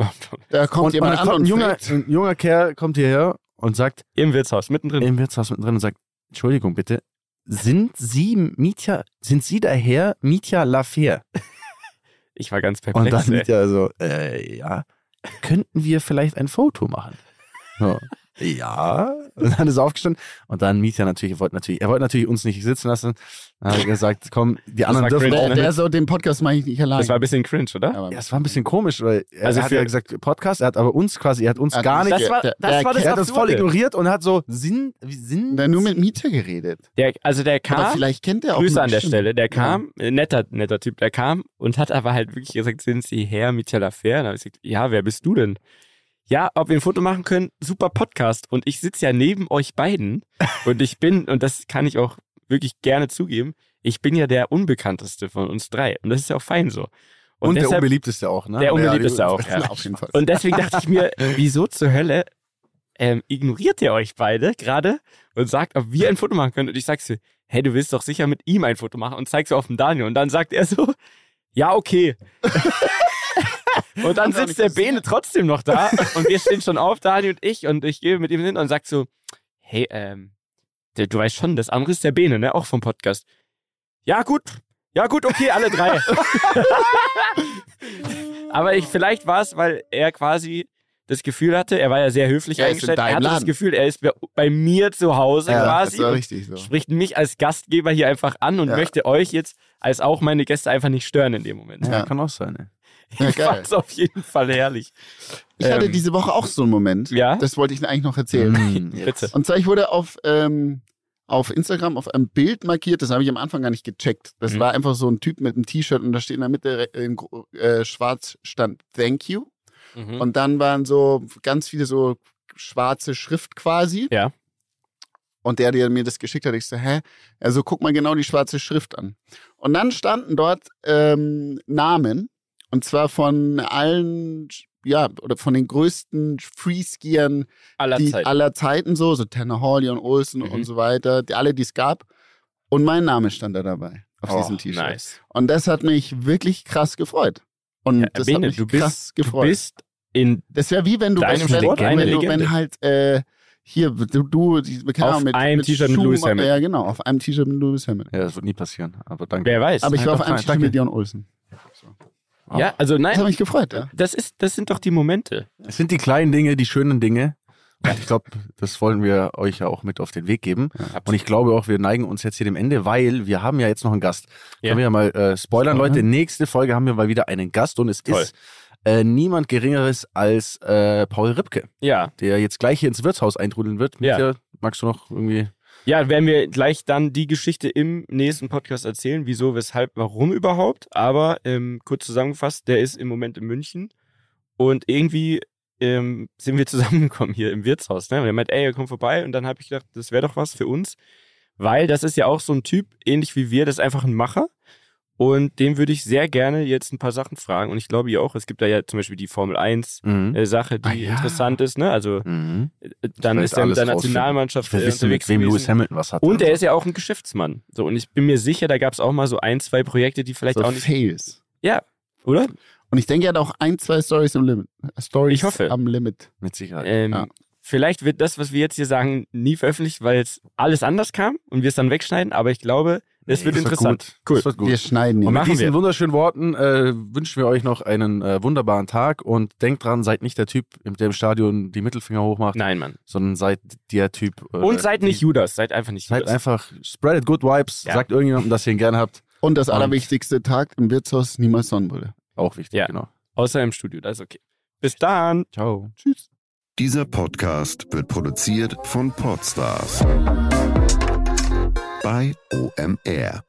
[SPEAKER 1] Da kommt
[SPEAKER 3] und,
[SPEAKER 1] jemand
[SPEAKER 3] und
[SPEAKER 1] an
[SPEAKER 3] dann kommt
[SPEAKER 1] und
[SPEAKER 3] ein junger,
[SPEAKER 1] fragt,
[SPEAKER 3] ein junger Kerl kommt hierher und sagt
[SPEAKER 2] (laughs) Im Wirtshaus, mittendrin.
[SPEAKER 3] im Wirtshaus mittendrin und sagt, Entschuldigung bitte, sind Sie Mietja, sind Sie der Herr Mietja Lafer?
[SPEAKER 2] Ich war ganz
[SPEAKER 3] Und
[SPEAKER 2] perplex.
[SPEAKER 3] dann
[SPEAKER 2] ey.
[SPEAKER 3] Mietja so, äh, ja, könnten wir vielleicht ein Foto machen?
[SPEAKER 2] (laughs)
[SPEAKER 3] So, ja. Und dann ist er aufgestanden und dann Mietja natürlich, er wollte natürlich, er wollte natürlich uns nicht sitzen lassen. Dann hat er gesagt, komm, die anderen
[SPEAKER 2] war
[SPEAKER 3] dürfen
[SPEAKER 2] cringe,
[SPEAKER 3] auch
[SPEAKER 1] der,
[SPEAKER 2] ne?
[SPEAKER 3] mit.
[SPEAKER 1] der so, den Podcast mache ich nicht allein.
[SPEAKER 2] das war ein bisschen cringe, oder?
[SPEAKER 1] Aber-
[SPEAKER 3] Ja, es war ein bisschen komisch, weil
[SPEAKER 2] Also
[SPEAKER 3] er also hat
[SPEAKER 2] für-
[SPEAKER 3] ja gesagt Podcast, er hat aber uns quasi, er hat uns
[SPEAKER 1] Er hat
[SPEAKER 3] gar
[SPEAKER 1] uns
[SPEAKER 3] nicht,
[SPEAKER 2] Das war das,
[SPEAKER 1] Der- der-
[SPEAKER 2] war das
[SPEAKER 3] er hat uns voll
[SPEAKER 2] Absurde.
[SPEAKER 3] ignoriert und hat so Sinn, wie Sinn.
[SPEAKER 1] Da nur mit Mieter geredet.
[SPEAKER 2] Der, also der
[SPEAKER 1] Aber
[SPEAKER 2] kam,
[SPEAKER 1] vielleicht kennt er auch
[SPEAKER 2] Grüße an der
[SPEAKER 1] Menschen.
[SPEAKER 2] Stelle.
[SPEAKER 1] (laughs)
[SPEAKER 2] Der kam, äh, netter, netter Typ, der kam und hat aber halt wirklich gesagt, sind Sie Herr mit Lafer? Dann habe ich gesagt, ja, wer bist du denn? Ja, ob wir ein Foto machen können, super Podcast. Und ich sitze ja neben euch beiden und ich bin, und das kann ich auch wirklich gerne zugeben, ich bin ja der Unbekannteste von uns drei. Und das ist ja auch fein so. Und,
[SPEAKER 3] und der
[SPEAKER 2] deshalb,
[SPEAKER 3] unbeliebteste auch, ne?
[SPEAKER 2] Der
[SPEAKER 3] Ja,
[SPEAKER 2] unbeliebteste
[SPEAKER 3] die-
[SPEAKER 2] auch, ja.
[SPEAKER 1] Auf jeden Fall.
[SPEAKER 2] und deswegen dachte ich mir, wieso zur Hölle ähm, ignoriert er euch beide gerade und sagt, ob wir ein Foto machen können. Und ich sag so, hey, du willst doch sicher mit ihm ein Foto machen und zeigst auf den Daniel. Und dann sagt er so, ja, okay. und dann sitzt der Bene trotzdem noch da und wir stehen schon auf, Daniel und ich. Und ich gehe mit ihm hin und sag so, hey, ähm, du, du weißt schon, das andere ist der Bene, ne? Auch vom Podcast. Ja, gut. Ja, gut, okay, alle (laughs) drei. Aber ich, vielleicht war es, weil er quasi das Gefühl hatte, er war ja sehr höflich
[SPEAKER 1] Er ist in
[SPEAKER 2] eingestellt, er
[SPEAKER 1] deinem
[SPEAKER 2] hatte das
[SPEAKER 1] Laden.
[SPEAKER 2] Gefühl, er ist bei, bei mir zu Hause
[SPEAKER 1] Ja, das
[SPEAKER 2] quasi
[SPEAKER 1] war
[SPEAKER 2] und
[SPEAKER 1] richtig so.
[SPEAKER 2] spricht mich als Gastgeber hier einfach an und
[SPEAKER 1] Ja.
[SPEAKER 2] möchte euch jetzt als auch meine Gäste einfach nicht stören in dem Moment.
[SPEAKER 1] Ja.
[SPEAKER 3] kann auch sein. Ey.
[SPEAKER 1] Ja,
[SPEAKER 2] (laughs) Ich
[SPEAKER 1] geil.
[SPEAKER 2] fand's auf jeden Fall herrlich.
[SPEAKER 1] Ich hatte
[SPEAKER 2] Ähm,
[SPEAKER 1] diese Woche auch so einen Moment.
[SPEAKER 2] Ja?
[SPEAKER 1] Das wollte ich eigentlich noch erzählen.
[SPEAKER 2] (laughs) Bitte.
[SPEAKER 1] Und zwar, ich wurde auf, ähm, auf Instagram auf einem Bild markiert, das habe ich am Anfang gar nicht gecheckt. Das
[SPEAKER 2] Mhm.
[SPEAKER 1] war einfach so ein Typ mit einem T-Shirt und da steht in der Mitte äh, in gro- äh, schwarz stand Thank you.
[SPEAKER 2] Mhm.
[SPEAKER 1] Und dann waren so ganz viele so schwarze Schrift quasi.
[SPEAKER 2] Ja.
[SPEAKER 1] Und der, der mir das geschickt hat, ich so, hä? Also guck mal genau die schwarze Schrift an. Und dann standen dort ähm, Namen. Und zwar von allen, ja, oder von den größten Freeskiern
[SPEAKER 2] Aller
[SPEAKER 1] die
[SPEAKER 2] Zeit.
[SPEAKER 1] aller Zeiten so, so Tanner Hall, Jon Olsen
[SPEAKER 2] Mhm.
[SPEAKER 1] und so weiter, die, alle, die es gab. Und mein Name stand da dabei auf diesem T-Shirt.
[SPEAKER 2] Oh, Nice.
[SPEAKER 1] Und das hat mich wirklich krass gefreut. Und
[SPEAKER 2] Ja,
[SPEAKER 1] das
[SPEAKER 2] Bene,
[SPEAKER 1] hat mich
[SPEAKER 2] du bist-
[SPEAKER 1] krass
[SPEAKER 2] Du
[SPEAKER 1] gefreut.
[SPEAKER 2] bist in,
[SPEAKER 1] das wäre wie wenn du,
[SPEAKER 2] Deinem
[SPEAKER 1] wenn, wenn,
[SPEAKER 2] Sport eine
[SPEAKER 1] wenn, du
[SPEAKER 2] Legende.
[SPEAKER 1] wenn halt äh, hier, du, du die, keine
[SPEAKER 2] Auf
[SPEAKER 1] Ahnung, mit,
[SPEAKER 2] einem
[SPEAKER 1] mit
[SPEAKER 2] T-Shirt mit
[SPEAKER 1] Schuhen-
[SPEAKER 2] Lewis Hamilton.
[SPEAKER 1] Ja, genau, auf einem T-Shirt mit Lewis Hamilton.
[SPEAKER 3] Ja, das wird nie passieren, aber danke.
[SPEAKER 2] wer weiß.
[SPEAKER 1] Aber ich war auf
[SPEAKER 3] Einfach
[SPEAKER 1] einem
[SPEAKER 3] fein,
[SPEAKER 1] T-Shirt mit
[SPEAKER 3] danke.
[SPEAKER 1] Jon Olsen.
[SPEAKER 2] ja, also
[SPEAKER 1] Das hat
[SPEAKER 2] nein,
[SPEAKER 1] mich gefreut, ja.
[SPEAKER 2] das, ist, das sind doch die Momente.
[SPEAKER 3] Es sind die kleinen Dinge, die schönen Dinge. Und ich glaube, das wollen wir euch ja auch mit auf den Weg geben. Und ich glaube auch, wir neigen uns jetzt hier dem Ende, weil wir haben ja jetzt noch einen Gast.
[SPEAKER 2] Ja.
[SPEAKER 3] Können wir ja mal äh, spoilern,
[SPEAKER 1] Spoilern.
[SPEAKER 3] Leute. Nächste Folge haben wir mal wieder einen Gast und es
[SPEAKER 2] Toll.
[SPEAKER 3] ist äh, niemand Geringeres als äh, Paul Ripke,
[SPEAKER 2] Ja,
[SPEAKER 3] der jetzt gleich hier ins Wirtshaus eintrudeln wird.
[SPEAKER 2] Ja.
[SPEAKER 3] Mietje, Magst du noch irgendwie?
[SPEAKER 2] ja, werden wir gleich dann die Geschichte im nächsten Podcast erzählen, wieso, weshalb, warum überhaupt. Aber ähm, kurz zusammengefasst, der ist im Moment in München und irgendwie ähm, sind wir (laughs) zusammengekommen hier im Wirtshaus. Ne? Und er meint, ey, komm vorbei. Und dann habe ich gedacht, das wäre doch was für uns, weil das ist ja auch so ein Typ, ähnlich wie wir, das ist einfach ein Macher. Und dem würde ich sehr gerne jetzt ein paar Sachen fragen. Und ich glaube ihr auch, es gibt da ja zum Beispiel die Formel 1.
[SPEAKER 3] Mhm.
[SPEAKER 2] äh, Sache, die
[SPEAKER 3] Ah, ja.
[SPEAKER 2] interessant ist, ne? Also
[SPEAKER 3] Mhm.
[SPEAKER 2] äh, dann ist er mit
[SPEAKER 3] Vielleicht alles
[SPEAKER 2] der
[SPEAKER 3] rausfinden.
[SPEAKER 2] Nationalmannschaft
[SPEAKER 3] Wir
[SPEAKER 2] äh,
[SPEAKER 3] wissen, mit
[SPEAKER 2] unterwegs
[SPEAKER 3] wem Lewis
[SPEAKER 2] gewesen.
[SPEAKER 3] Hamilton was hat.
[SPEAKER 2] Und er ist ja auch ein Geschäftsmann. So, und ich bin mir sicher, da gab es auch mal so ein, zwei Projekte, die vielleicht
[SPEAKER 1] So
[SPEAKER 2] auch nicht.
[SPEAKER 1] Fails.
[SPEAKER 2] Ja, oder?
[SPEAKER 1] Und ich denke, er hat auch ein, zwei Stories am Limit. Äh, Stories
[SPEAKER 2] Ich hoffe.
[SPEAKER 1] am Limit.
[SPEAKER 3] mit Sicherheit.
[SPEAKER 2] Ähm,
[SPEAKER 1] Ja.
[SPEAKER 2] Vielleicht wird das, was wir jetzt hier sagen, nie veröffentlicht, weil jetzt alles anders kam und wir es dann wegschneiden, aber ich glaube, es
[SPEAKER 3] Nee,
[SPEAKER 2] wird interessant.
[SPEAKER 3] Gut.
[SPEAKER 2] Cool.
[SPEAKER 3] Das wird gut.
[SPEAKER 1] Wir schneiden
[SPEAKER 2] Und
[SPEAKER 1] ihn.
[SPEAKER 3] Und mit
[SPEAKER 2] Machen
[SPEAKER 3] diesen
[SPEAKER 2] wir.
[SPEAKER 3] wunderschönen Worten äh, wünschen wir euch noch einen äh, wunderbaren Tag und denkt dran, seid nicht der Typ, der im Stadion die Mittelfinger hochmacht,
[SPEAKER 2] Nein, Mann.
[SPEAKER 3] sondern seid der Typ. Äh,
[SPEAKER 2] Und seid
[SPEAKER 3] die-
[SPEAKER 2] nicht Judas, seid einfach nicht
[SPEAKER 3] Seid
[SPEAKER 2] Judas.
[SPEAKER 3] einfach, spreadet good vibes,
[SPEAKER 2] Ja.
[SPEAKER 3] sagt irgendjemandem, dass ihr ihn gern habt.
[SPEAKER 1] Und das
[SPEAKER 3] Und-
[SPEAKER 1] allerwichtigste, Tag im Wirtshaus, niemals Sonnenbrille.
[SPEAKER 3] Auch wichtig,
[SPEAKER 2] Ja.
[SPEAKER 3] genau.
[SPEAKER 2] Außer im Studio, das ist okay. Bis dann.
[SPEAKER 3] Ciao.
[SPEAKER 5] Dieser Podcast wird produziert von Podstars bei OMR.